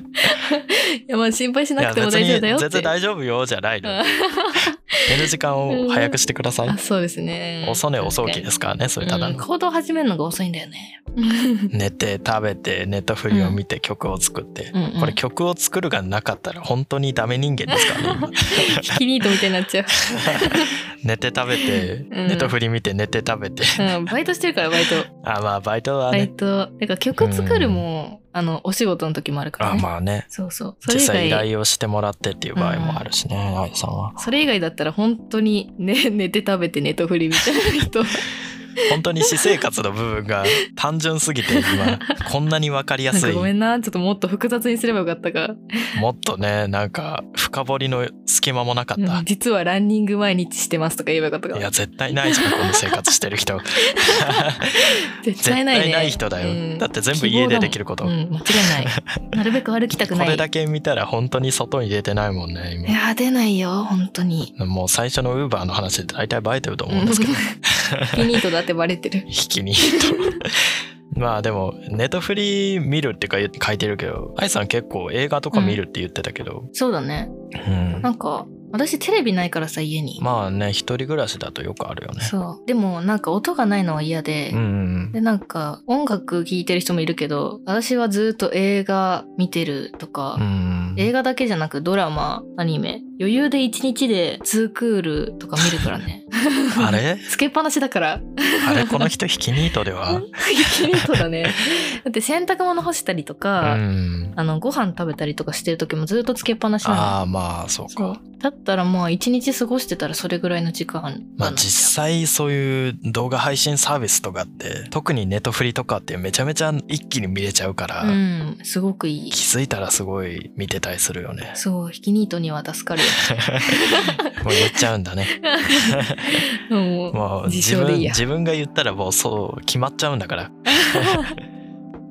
Speaker 1: いやまあ心配し
Speaker 2: い
Speaker 1: な
Speaker 2: や
Speaker 1: くても
Speaker 2: 別
Speaker 1: 大丈夫だよ
Speaker 2: に
Speaker 1: って。
Speaker 2: 全然大丈夫よじゃないのよ寝る時間を早くしてくださ
Speaker 1: あ
Speaker 2: い
Speaker 1: そうですね。
Speaker 2: 遅寝遅起きですからねそれただ
Speaker 1: うん
Speaker 2: の
Speaker 1: 行動始めるのが遅いんだよね。
Speaker 2: 寝て食べてネタフリを見て曲を作って、
Speaker 1: うんうん
Speaker 2: これ曲を作るがなかったら本当にダメ人間ですか らね今
Speaker 1: ひきニートみたいになっちゃう。
Speaker 2: 寝て食べて、
Speaker 1: うん
Speaker 2: ネタフリ見て寝て食べて
Speaker 1: うん、バイトしてるからバイト。
Speaker 2: あまあバイトは
Speaker 1: バ
Speaker 2: ね
Speaker 1: イト。だから曲作るも、あのお仕事の時もあるから
Speaker 2: あ
Speaker 1: ね。
Speaker 2: まあね
Speaker 1: そうそう。そ
Speaker 2: 実
Speaker 1: れ以
Speaker 2: 際依
Speaker 1: 外。
Speaker 2: 頼をしてもらってっていう場合もあるしね、愛さんは
Speaker 1: それ以外だったら本当に、ね、 寝て食べてネトフリみたいな 人
Speaker 2: 本当に私生活の部分が単純す ぎて今こんなに分かりや
Speaker 1: なん
Speaker 2: す
Speaker 1: か
Speaker 2: い
Speaker 1: ごめんなちょっともっと複雑にすればよかったか、
Speaker 2: もっとねなんか深掘りの隙間もなかっ
Speaker 1: う
Speaker 2: た
Speaker 1: ん、実はランニング毎日してますとか言えばよかった
Speaker 2: い
Speaker 1: か
Speaker 2: や絶対ないじゃんこの生活してる 人
Speaker 1: 絶
Speaker 2: 絶
Speaker 1: 対
Speaker 2: 対
Speaker 1: ないね
Speaker 2: ない人だよ、
Speaker 1: うん
Speaker 2: だって全部家でできること、
Speaker 1: うん、間違いない。 なるべく歩きたく
Speaker 2: こ
Speaker 1: ない。
Speaker 2: れだけ見たら本当に外に出てないもんね
Speaker 1: いやー、出ないよ、本当に。
Speaker 2: 今もう最初のウーバーの話で大体バレてると思うんですけど
Speaker 1: ピニートだってバレてる。
Speaker 2: 引きに とまあでもネットフリー見るってか書いてるけど愛さん結構映画とか見るって言ってたけど、
Speaker 1: そうだね。
Speaker 2: うん
Speaker 1: なんか、私テレビないからさ、家に。
Speaker 2: まあね一人暮らしだとよくあるよね
Speaker 1: そう。でも、なんか音がないのは嫌で、
Speaker 2: うん
Speaker 1: で、なんか、音楽聴いてる人もいるけど、私はずっと映画見てるとか、
Speaker 2: うん
Speaker 1: 映画だけじゃなくドラマ、アニメ、余裕で一日でツークールとか見るから ね。
Speaker 2: あれ
Speaker 1: つけっぱなしだから。
Speaker 2: あれこの人引きニートで は
Speaker 1: キリトだね。だって洗濯物干したりと
Speaker 2: う
Speaker 1: か、
Speaker 2: ん
Speaker 1: あのご飯食べたりとかしてる時もずっとつけっぱなしな
Speaker 2: ああまあそう
Speaker 1: の。
Speaker 2: か
Speaker 1: そうだったらまあ一日過ごしてたらそれぐらいの時間
Speaker 2: まあ実際そういう動画配信サービスとかって特にネットフリとかってめちゃめちゃ一気に見れちゃうから、
Speaker 1: うんすごくいい
Speaker 2: 気づいたらすごい見てたりするよね。
Speaker 1: そうひきニートには助かるよ
Speaker 2: もう言っちゃうんだね。
Speaker 1: もう
Speaker 2: もう
Speaker 1: 自
Speaker 2: 自
Speaker 1: 称で
Speaker 2: 分
Speaker 1: いいや
Speaker 2: 自分が言ったらもうそう決まっちゃうんだから。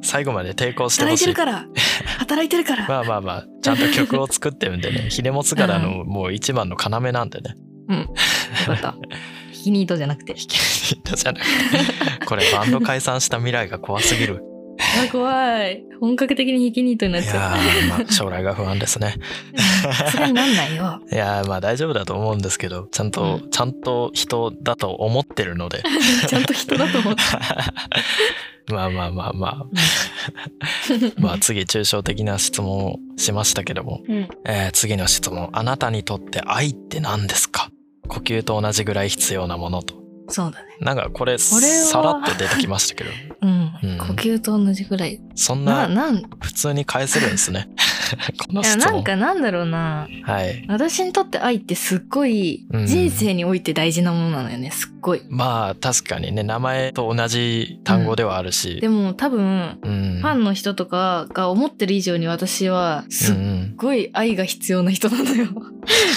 Speaker 2: 最後まで抵抗して
Speaker 1: 働
Speaker 2: ほ
Speaker 1: いて
Speaker 2: し
Speaker 1: る
Speaker 2: い
Speaker 1: から働いてるから、
Speaker 2: まあまあまあちゃんと曲を作ってるんで ねひれもつがらのもう一番の要なんでね
Speaker 1: よかったひきに糸じゃなく て
Speaker 2: 引き抜いた じゃなくてこれバンド解散した未来が怖すぎる
Speaker 1: あ怖い本格的にひきに糸にないっちゃ
Speaker 2: や
Speaker 1: う
Speaker 2: ー、まあ、将来が不安ですね
Speaker 1: さすがになんない よ
Speaker 2: いやーまあ大丈夫だと思うんですけどちゃんと、ちゃんと人だと思ってるので
Speaker 1: ちゃんと人だと思 って
Speaker 2: まあまあまあまあまあ次抽象的な質問をしましたけども、
Speaker 1: うん
Speaker 2: えー次の質問あなたにとって愛って何ですか呼吸と同じぐらい必要なものと
Speaker 1: そうだね
Speaker 2: なんかこれ
Speaker 1: れは
Speaker 2: さらっと出てきましたけ ど
Speaker 1: うん、
Speaker 2: うん
Speaker 1: 呼吸と同じぐらい
Speaker 2: そん
Speaker 1: な
Speaker 2: な
Speaker 1: なんい
Speaker 2: 普通に返せるんですね この
Speaker 1: や
Speaker 2: 質
Speaker 1: なん
Speaker 2: 問
Speaker 1: かなんだろうな
Speaker 2: はい
Speaker 1: 私にとって愛ってすっごい
Speaker 2: うん
Speaker 1: 人生において大事なものなのよねすっごい
Speaker 2: まあ確かにね名前と同じ単語ではあるし、
Speaker 1: でも多分
Speaker 2: うん
Speaker 1: ファンの人とかが思ってる以上に私はすっ
Speaker 2: うんうん
Speaker 1: ごい愛が必要な人なの よ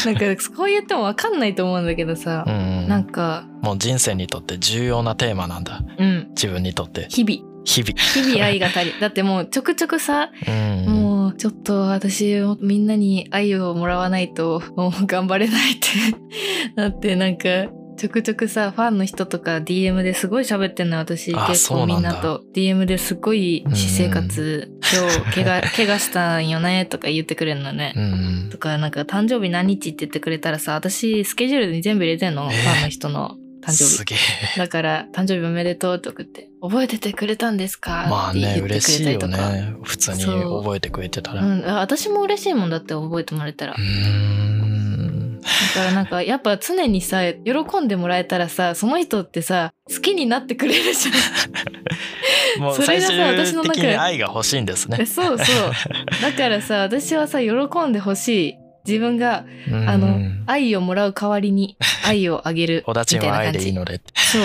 Speaker 1: なんかこう言っても分かんないと思うんだけどさ
Speaker 2: う、んうん
Speaker 1: なんか
Speaker 2: もう人生にとって重要なテーマなんだ
Speaker 1: うん
Speaker 2: 自分にとって
Speaker 1: 日々
Speaker 2: 日々
Speaker 1: 日々愛が足りだってもうちょくちょくさ、
Speaker 2: うん
Speaker 1: もうちょっと私みんなに愛をもらわないと もう頑張れないってなってなんかちょくちょくさファンの人とか DM ですごい喋ってんの私
Speaker 2: あ
Speaker 1: 結
Speaker 2: そ
Speaker 1: 構
Speaker 2: うな
Speaker 1: み
Speaker 2: ん
Speaker 1: ん
Speaker 2: だ
Speaker 1: なと DM ですごい私生活今日 怪我怪我したんよねとか言ってくれるのね
Speaker 2: う。ん
Speaker 1: とかなんか誕生日何日って言ってくれたらさ私スケジュールに全部入れてんの、
Speaker 2: えー
Speaker 1: ファンの人の誕生日
Speaker 2: すげえ
Speaker 1: だから「誕生日おめでとう」とかって「覚えててくれたんですか?」
Speaker 2: まあ
Speaker 1: って
Speaker 2: ね
Speaker 1: 言って
Speaker 2: 嬉
Speaker 1: く
Speaker 2: し
Speaker 1: れ
Speaker 2: い
Speaker 1: た
Speaker 2: よ
Speaker 1: りとか、
Speaker 2: ね普通に
Speaker 1: そう
Speaker 2: 覚えてくれてたらう
Speaker 1: うん、あ私も嬉しいもんだって覚えてもらえた ら
Speaker 2: ーん
Speaker 1: だからなんかやっぱ常にさ喜んでもらえたらさその人ってさ好きになってくれるじ
Speaker 2: もう
Speaker 1: それが
Speaker 2: 最
Speaker 1: さ
Speaker 2: 終
Speaker 1: 私の中
Speaker 2: 的に愛が欲しいんです
Speaker 1: ゃん
Speaker 2: ね、
Speaker 1: そうそうだからさ私はさ喜んでほしい自分が
Speaker 2: うん
Speaker 1: あの愛をもらう代わりに愛をあげる
Speaker 2: おだち
Speaker 1: みたい
Speaker 2: は
Speaker 1: な
Speaker 2: 愛
Speaker 1: 感
Speaker 2: でいい
Speaker 1: じ
Speaker 2: ので
Speaker 1: そう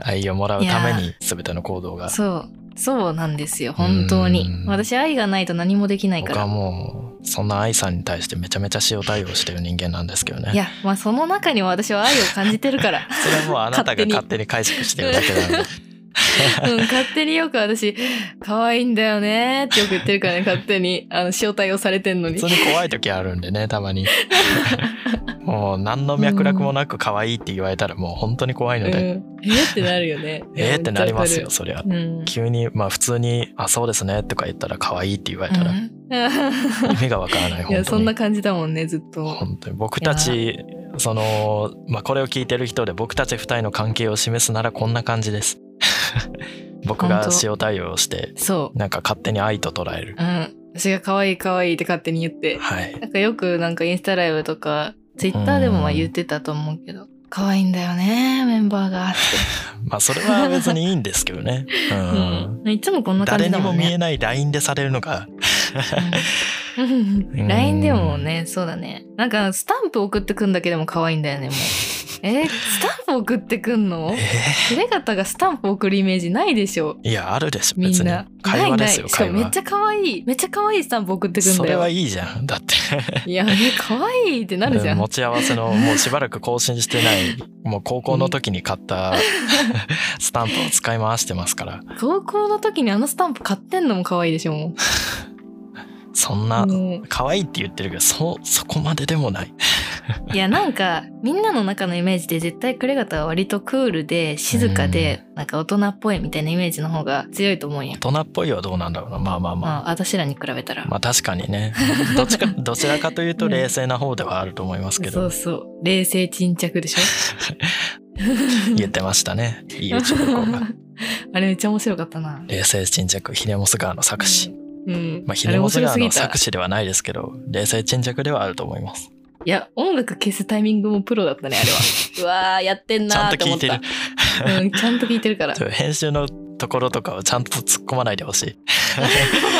Speaker 2: 愛をもらうため
Speaker 1: い
Speaker 2: に全ての行動 が
Speaker 1: そうそうなんですよ本当に
Speaker 2: うん
Speaker 1: 私愛がないと何もできないか
Speaker 2: 僕
Speaker 1: ら
Speaker 2: はもうそんな愛さんに対してめちゃめちゃ塩対応してる人間なんですけどね
Speaker 1: いやまあその中には私は愛を感じてるから
Speaker 2: それはもうあなたが勝
Speaker 1: 勝
Speaker 2: 手に解釈してるだけな ので
Speaker 1: うん、勝手によく私、可愛いんだよねってよく言ってる からね、勝手に。あの、塩対応されてんのに。
Speaker 2: 普通に怖い時あるんでねた まにもう何の脈絡もなく可愛いって言われたらもう本当に怖いの
Speaker 1: うん、
Speaker 2: で、。
Speaker 1: えーってなるよね
Speaker 2: えーってなりますよそりゃ
Speaker 1: いや。めっち
Speaker 2: 急にまあ普通に「あそうですね」とか言ったら可愛いって言われ
Speaker 1: ゃ
Speaker 2: た
Speaker 1: わ
Speaker 2: ら、
Speaker 1: かるうん。
Speaker 2: 意味がわからない
Speaker 1: いや、
Speaker 2: 本
Speaker 1: そ
Speaker 2: 当
Speaker 1: んな
Speaker 2: に
Speaker 1: 感じだもんね、ずっと。
Speaker 2: 本当に僕たちその、まあ、これを聞いてる人で僕たち二人の関係を示すならこんな感じです 僕が
Speaker 1: 本当
Speaker 2: 塩対応して
Speaker 1: そ
Speaker 2: なんか勝手に愛と捉える
Speaker 1: う。うん。私が可愛い可愛いって勝手に言っ て。
Speaker 2: はい
Speaker 1: なんかよくなんかインスタライブとか、ツイッターでもまあ言ってたと思うけど。可愛いんだよね、メンバーがって。
Speaker 2: まあそれは別にいいんですけど ね。う。
Speaker 1: うんん。いつもこんな感じ
Speaker 2: 誰に
Speaker 1: だ
Speaker 2: も
Speaker 1: もん
Speaker 2: 見え
Speaker 1: ね。
Speaker 2: ないラインでされるのが、
Speaker 1: うん
Speaker 2: うん
Speaker 1: LINE でもねそうだねなんかスタンプ送ってくんだけでも可愛いんだよねもうえースタンプ送ってくんの
Speaker 2: ええ
Speaker 1: ひれ方がスタンプ送るイメージないでしょ
Speaker 2: いやあるでしょ
Speaker 1: み
Speaker 2: 別
Speaker 1: ん
Speaker 2: に
Speaker 1: な
Speaker 2: 会話ですよ
Speaker 1: ないないしか
Speaker 2: 会
Speaker 1: もめっ
Speaker 2: 話
Speaker 1: ち。ゃ可愛いめっちゃ可愛いスタンプ送ってくん
Speaker 2: そ
Speaker 1: だ
Speaker 2: れ
Speaker 1: よ
Speaker 2: はいいじゃんだって
Speaker 1: いやえ可愛いってなるじゃん
Speaker 2: 持ち合わせのもうしばらく更新してない もう高校の時に買ったスタンプを使い回してますから
Speaker 1: 高校の時にあのスタンプ買ってんのも可愛いでしょもう
Speaker 2: そんな
Speaker 1: も
Speaker 2: 可愛いって言ってるけどそそこまででもない、
Speaker 1: ういやなんかみんなの中のイメージで絶対クレガタは割とクールで静かでなんか大人っぽいみたいなイメージの方が強いと思うんや
Speaker 2: 大人っぽいはどうなんだろうなまあまあまあ、
Speaker 1: まあ私らに比べたら
Speaker 2: まあ確かに ねどっちかどちらかというと冷静な方ではあると思いますけ
Speaker 1: そ
Speaker 2: ど
Speaker 1: うそう冷静沈着でしょ
Speaker 2: 言ってましたねいい宇宙旅 行が。
Speaker 1: あれめっちゃ面白かったな
Speaker 2: 冷静沈着ヒネモス川の作詞、
Speaker 1: うん、
Speaker 2: まあ、ヒ
Speaker 1: あれ
Speaker 2: ネ
Speaker 1: 面
Speaker 2: モス
Speaker 1: 白
Speaker 2: 川
Speaker 1: すぎ
Speaker 2: の
Speaker 1: た
Speaker 2: 作詞ではないですけど冷静沈着ではあると思います
Speaker 1: いや音楽消すタイミングもプロだったね あれはうわーやってんなーって思った
Speaker 2: ちゃんと
Speaker 1: うん、ちゃんと聞いてるから
Speaker 2: ちょ編集のところとかをちゃんと突っ込まないでほ しい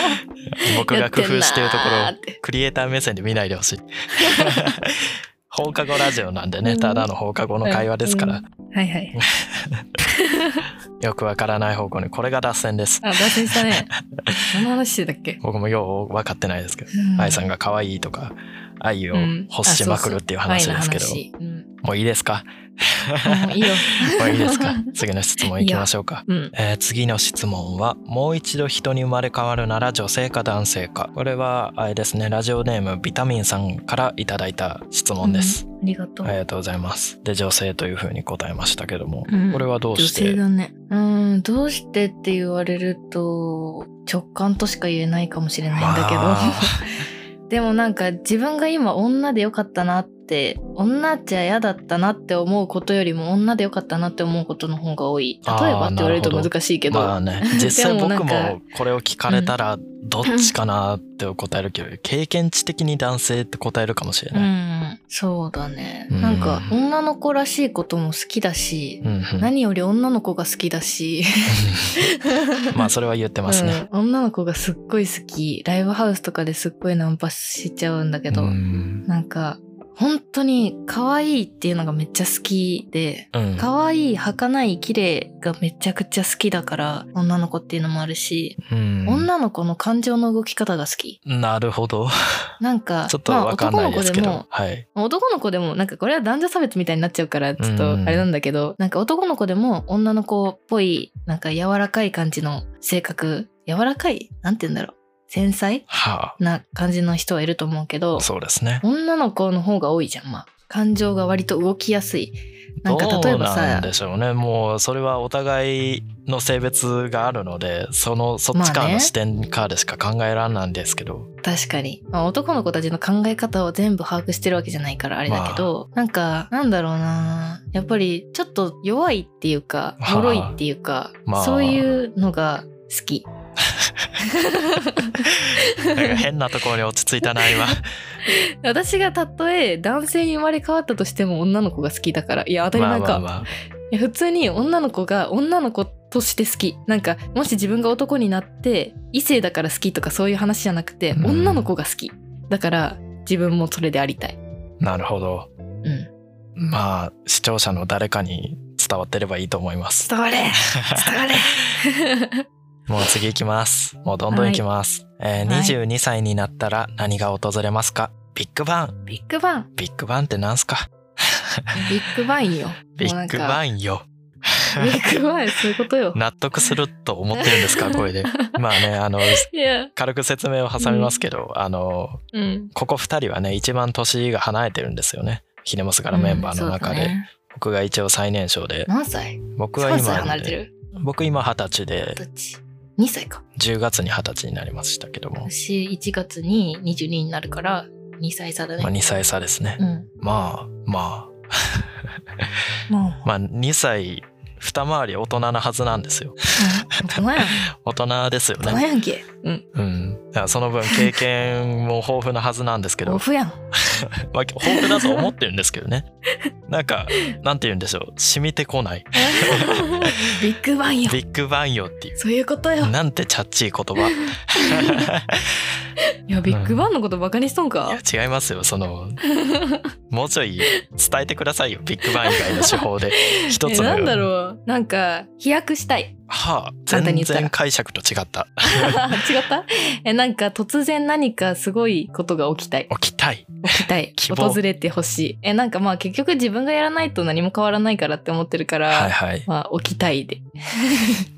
Speaker 2: 僕が工夫してるとこ
Speaker 1: やってんな
Speaker 2: ろを
Speaker 1: ーって
Speaker 2: クリエイター目線で見ないでほし い放課後ラジオなんでねただの放課後の会話ですから、
Speaker 1: はいはい
Speaker 2: よくわからない方向にこれが脱線です
Speaker 1: あ脱線した ね何の話してたっけ、
Speaker 2: 僕もよう分かってないですけど、
Speaker 1: うん
Speaker 2: 愛さんが可愛いとか愛を
Speaker 1: うん
Speaker 2: 欲しまくるっていう話ですけど、
Speaker 1: 愛の話うん
Speaker 2: もういいですか
Speaker 1: うん いいよ。
Speaker 2: もういいで すか次の質問いきましょうか。
Speaker 1: うん。
Speaker 2: えー次の質問はもう一度人に生まれ変わるなら女性か男性かこれはあれですねラジオネームビタミンさんからいただいた質問です、
Speaker 1: ありがとう。
Speaker 2: ありがとうございますで女性というふうに答えましたけども、
Speaker 1: うん
Speaker 2: これはどう
Speaker 1: 女
Speaker 2: し
Speaker 1: 性
Speaker 2: て
Speaker 1: だね。うん、どうしてって言われると直感としか言えないかもしれないんだけど。
Speaker 2: まあ
Speaker 1: でもなんか自分が今女でよかったなって女じゃ嫌だったなって思うことよりも女でよかったなって思うことの方が多い例えばって言われると
Speaker 2: あーなるほど
Speaker 1: 難しいけど
Speaker 2: まあね実際
Speaker 1: でもなん
Speaker 2: 僕
Speaker 1: か
Speaker 2: もこれを聞かれたらどっちかなって答えるけど経験値的に男性って答えるかもしれ
Speaker 1: う
Speaker 2: ない、
Speaker 1: んそうだね、
Speaker 2: うん
Speaker 1: なんか女の子らしいことも好きだし、
Speaker 2: うんうん
Speaker 1: 何より女の子が好きだ し
Speaker 2: まあそれは言ってますね、
Speaker 1: うん、女の子がすっごい好きライブハウスとかですっごいナンパしちゃうんだけど、
Speaker 2: うん
Speaker 1: なんか本当に可愛いっていうのがめっちゃ好きで
Speaker 2: うん
Speaker 1: 可愛い儚い綺麗がめちゃくちゃ好きだから女の子っていうのもあるし、
Speaker 2: うん
Speaker 1: 女の子の感情の動き方が好き
Speaker 2: なるほど
Speaker 1: なんか
Speaker 2: ちょっとわかんないですけど、
Speaker 1: まあ、
Speaker 2: はい
Speaker 1: 男の子でも男の子でもなんかこれは男女差別みたいになっちゃうからちょっと
Speaker 2: うん
Speaker 1: あれなんだけど、なんか男の子でも女の子っぽいなんか柔らかい感じの性格柔らかいなんて言うんだろう繊細
Speaker 2: は
Speaker 1: な感じの人はいると思うけど
Speaker 2: あそうですね
Speaker 1: 女の子の方が多いじゃんまあ感情が割と動きやすいなんか例えば
Speaker 2: どうな
Speaker 1: さ
Speaker 2: んでしょうねもうそれはお互いの性別があるのでそのそっちか
Speaker 1: まあ
Speaker 2: らの
Speaker 1: ね
Speaker 2: 視点からでしか考えられないんですけど、
Speaker 1: 確かに、まあ、男の子たちの考え方を全部把握してるわけじゃないからあれだけど、なんかなんだろうなやっぱりちょっと弱いっていうか
Speaker 2: はあ
Speaker 1: 脆いっていうか、
Speaker 2: まあ
Speaker 1: そういうのが好き
Speaker 2: なんか変なところに落ち着いたな今
Speaker 1: 私がたとえ男性に生まれ変わったとしても女の子が好きだからいや当たり
Speaker 2: ま
Speaker 1: 前
Speaker 2: あ
Speaker 1: か、
Speaker 2: まあまあ
Speaker 1: いや普通に女の子が女の子として好きなんかもし自分が男になって異性だから好きとかそういう話じゃなくて
Speaker 2: うん
Speaker 1: 女の子が好きだから自分もそれでありたい
Speaker 2: なるほど
Speaker 1: うん
Speaker 2: まあ視聴者の誰かに伝わってればいいと思います
Speaker 1: 伝われ伝われ
Speaker 2: もう次行きますもうどんどん行きます、えー
Speaker 1: はい
Speaker 2: 22歳になったら何が訪れますかビッグバン
Speaker 1: ビッグバン
Speaker 2: ビッグバンってなんすか
Speaker 1: ビッグバンよ
Speaker 2: ビッグバ
Speaker 1: ン
Speaker 2: ンよ
Speaker 1: ビッグバンそういうことよ
Speaker 2: 納得すると思ってるんで すかこれでまあねあの
Speaker 1: いや
Speaker 2: 軽く説明を挟みますけど、あの
Speaker 1: うん
Speaker 2: ここ2人はね一番年が離れてるんですよねひねもすからメンバーの中で、
Speaker 1: うんそうだね
Speaker 2: 僕が一応最年少で
Speaker 1: 何歳
Speaker 2: 僕は
Speaker 1: 3歳
Speaker 2: 今
Speaker 1: 離れてる
Speaker 2: 僕今二十歳で
Speaker 1: どっち2歳か
Speaker 2: 10月に二十歳になりましたけども、
Speaker 1: 私1月に22になるから2歳差だ
Speaker 2: まあ、
Speaker 1: ね
Speaker 2: 2歳差ですね、
Speaker 1: うん
Speaker 2: まあま
Speaker 1: もう
Speaker 2: あまあ2歳二回り大人なはずなんですよ
Speaker 1: うん大人やん
Speaker 2: 大人ですよ
Speaker 1: 大人
Speaker 2: ね、
Speaker 1: やんけうん
Speaker 2: うん、だからその分経験も豊富なはずなんですけど
Speaker 1: オフやん
Speaker 2: まあ、豊富だと思ってるんですけどねなんかなんて言うんでしょう染みてこない
Speaker 1: ビッグバンよ。
Speaker 2: ビッグバンよっていう
Speaker 1: そういうことよ。
Speaker 2: なんてチャッチい言葉
Speaker 1: いや、ビッグバンのことバカにしとんか。
Speaker 2: いや違いますよ そのもうちょい伝えてくださいよビッグバン以外の手法 で一
Speaker 1: え
Speaker 2: つの
Speaker 1: なんだ
Speaker 2: う
Speaker 1: ろう。なんか、飛躍した い。
Speaker 2: はあ
Speaker 1: 簡単
Speaker 2: 全
Speaker 1: に言ったら
Speaker 2: 然解釈と違った
Speaker 1: 違ったえ、なんか、突然何かすごいことが起き たい。
Speaker 2: 起きたい
Speaker 1: 起きたい。
Speaker 2: 希望
Speaker 1: 訪れてほしい。え、なんかまあ、結局自分がやらないと何も変わらないからって思ってるから、
Speaker 2: はいはい、
Speaker 1: まあ、起きたいで。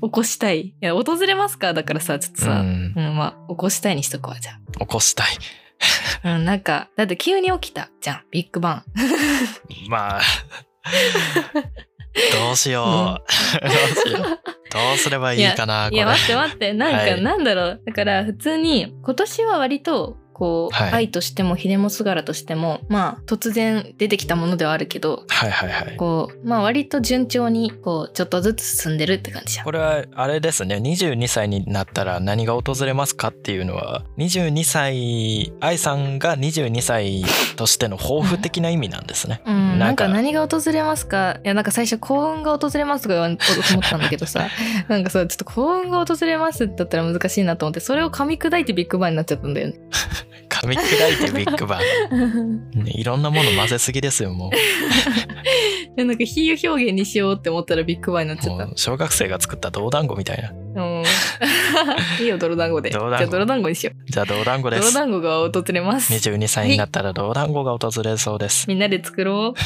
Speaker 1: 起こしたい。いや、訪れますかだからさ、ちょっと
Speaker 2: う
Speaker 1: さ。うん
Speaker 2: ん、
Speaker 1: まあ、起こしたいにしとくわ、じゃ
Speaker 2: 起こしたい
Speaker 1: あ。うん、なんか、だって急に起きたじゃん、ビッグバン。
Speaker 2: まあ どうしよう、どうしようどうすればいいかない
Speaker 1: や
Speaker 2: これ
Speaker 1: 待って待ってなんか、
Speaker 2: はい
Speaker 1: なんだろうだから普通に今年は割とこう、
Speaker 2: はい
Speaker 1: 愛としてもひでもすがらとしてもまあ突然出てきたものではあるけど
Speaker 2: はいはいはい
Speaker 1: こうまあ割と順調にこうちょっとずつ進んでるって感じじゃん
Speaker 2: これはあれですね22歳になったら何が訪れますかっていうのは22歳愛さんが22歳としての抱負的な意味なんですね。
Speaker 1: うん、
Speaker 2: な
Speaker 1: なんん
Speaker 2: か
Speaker 1: か何が訪れますかいやなんか最初幸運が訪れますとか言わんと思ったんだけど さなんかさちょっと幸運が訪れますだったら難しいなと思ってそれを噛み砕いてビッグバンになっちゃったんだよね
Speaker 2: 噛み砕いてビッグバ ン、ねいろんなもの混ぜすぎですよもう
Speaker 1: でなんか比喩表現にしようって思ったらビッグバンになっちゃっ
Speaker 2: も
Speaker 1: た
Speaker 2: う小学生が作った銅団子みたいな
Speaker 1: うん いいよ泥団子で
Speaker 2: 泥団子
Speaker 1: じゃあ泥団子にしよう
Speaker 2: じゃあ泥団子で
Speaker 1: 泥
Speaker 2: す。
Speaker 1: 団子が訪れます
Speaker 2: 22歳になったら泥団子が訪れそうです。
Speaker 1: みんなで作ろう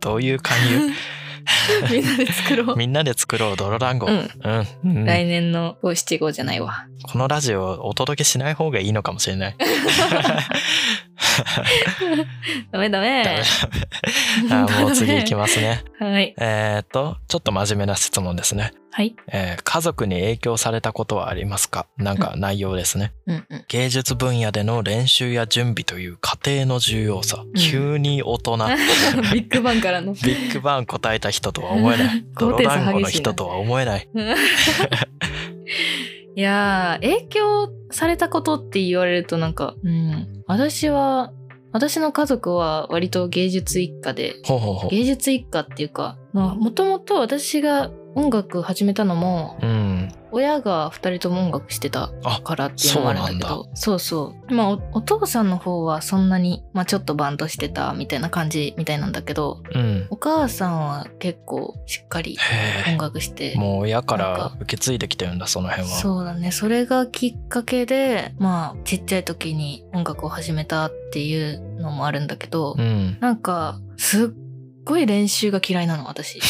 Speaker 2: どういう勧誘
Speaker 1: みんなで作ろう
Speaker 2: みんなで作ろう泥団子。
Speaker 1: う
Speaker 2: うんん、うん
Speaker 1: 来年の五七五じゃないわ
Speaker 2: このラジオをお届けしない方がいいのかもしれない。
Speaker 1: ダメダ
Speaker 2: ダメ
Speaker 1: メ
Speaker 2: あーもう次行き
Speaker 1: ま
Speaker 2: ますね。
Speaker 1: すはい
Speaker 2: えーっと、ちょっと真面目な質問ですね。
Speaker 1: はい
Speaker 2: えー家族に影響されたことはありますかなんか内容ですね。
Speaker 1: うんうん
Speaker 2: 芸術分野での練習や準備という過程の重要さ。急に 大人。
Speaker 1: ビッグバンからの
Speaker 2: ビッグバン答えた人とは思 えない。
Speaker 1: 高
Speaker 2: 泥
Speaker 1: 低差激しいな
Speaker 2: 団子の人とは思えない。
Speaker 1: いやー影響されたことって言われるとなんか、うん、私は私の家族は割と芸術一家で
Speaker 2: ほうほうほう。
Speaker 1: 芸術一家っていうかもともと私が音楽始めたのも
Speaker 2: うん。
Speaker 1: 親が2人とも音楽してたからっていうのもあるんだけ
Speaker 2: あそう
Speaker 1: どそうそうまあおお父さんの方はそんなに、まあ、ちょっとバンドしてたみたいな感じみたいなんだけど
Speaker 2: うん。
Speaker 1: お母さんは結構しっかり
Speaker 2: へ
Speaker 1: 音楽して
Speaker 2: え。もう親か
Speaker 1: なん
Speaker 2: ら
Speaker 1: か
Speaker 2: 受け継いできてるんだ、その辺は。
Speaker 1: そうだねそれがきっかけでまあちっちゃい時に音楽を始めたっていうのもあるんだけど、
Speaker 2: うん。
Speaker 1: なんかすっごい練習が嫌いなの私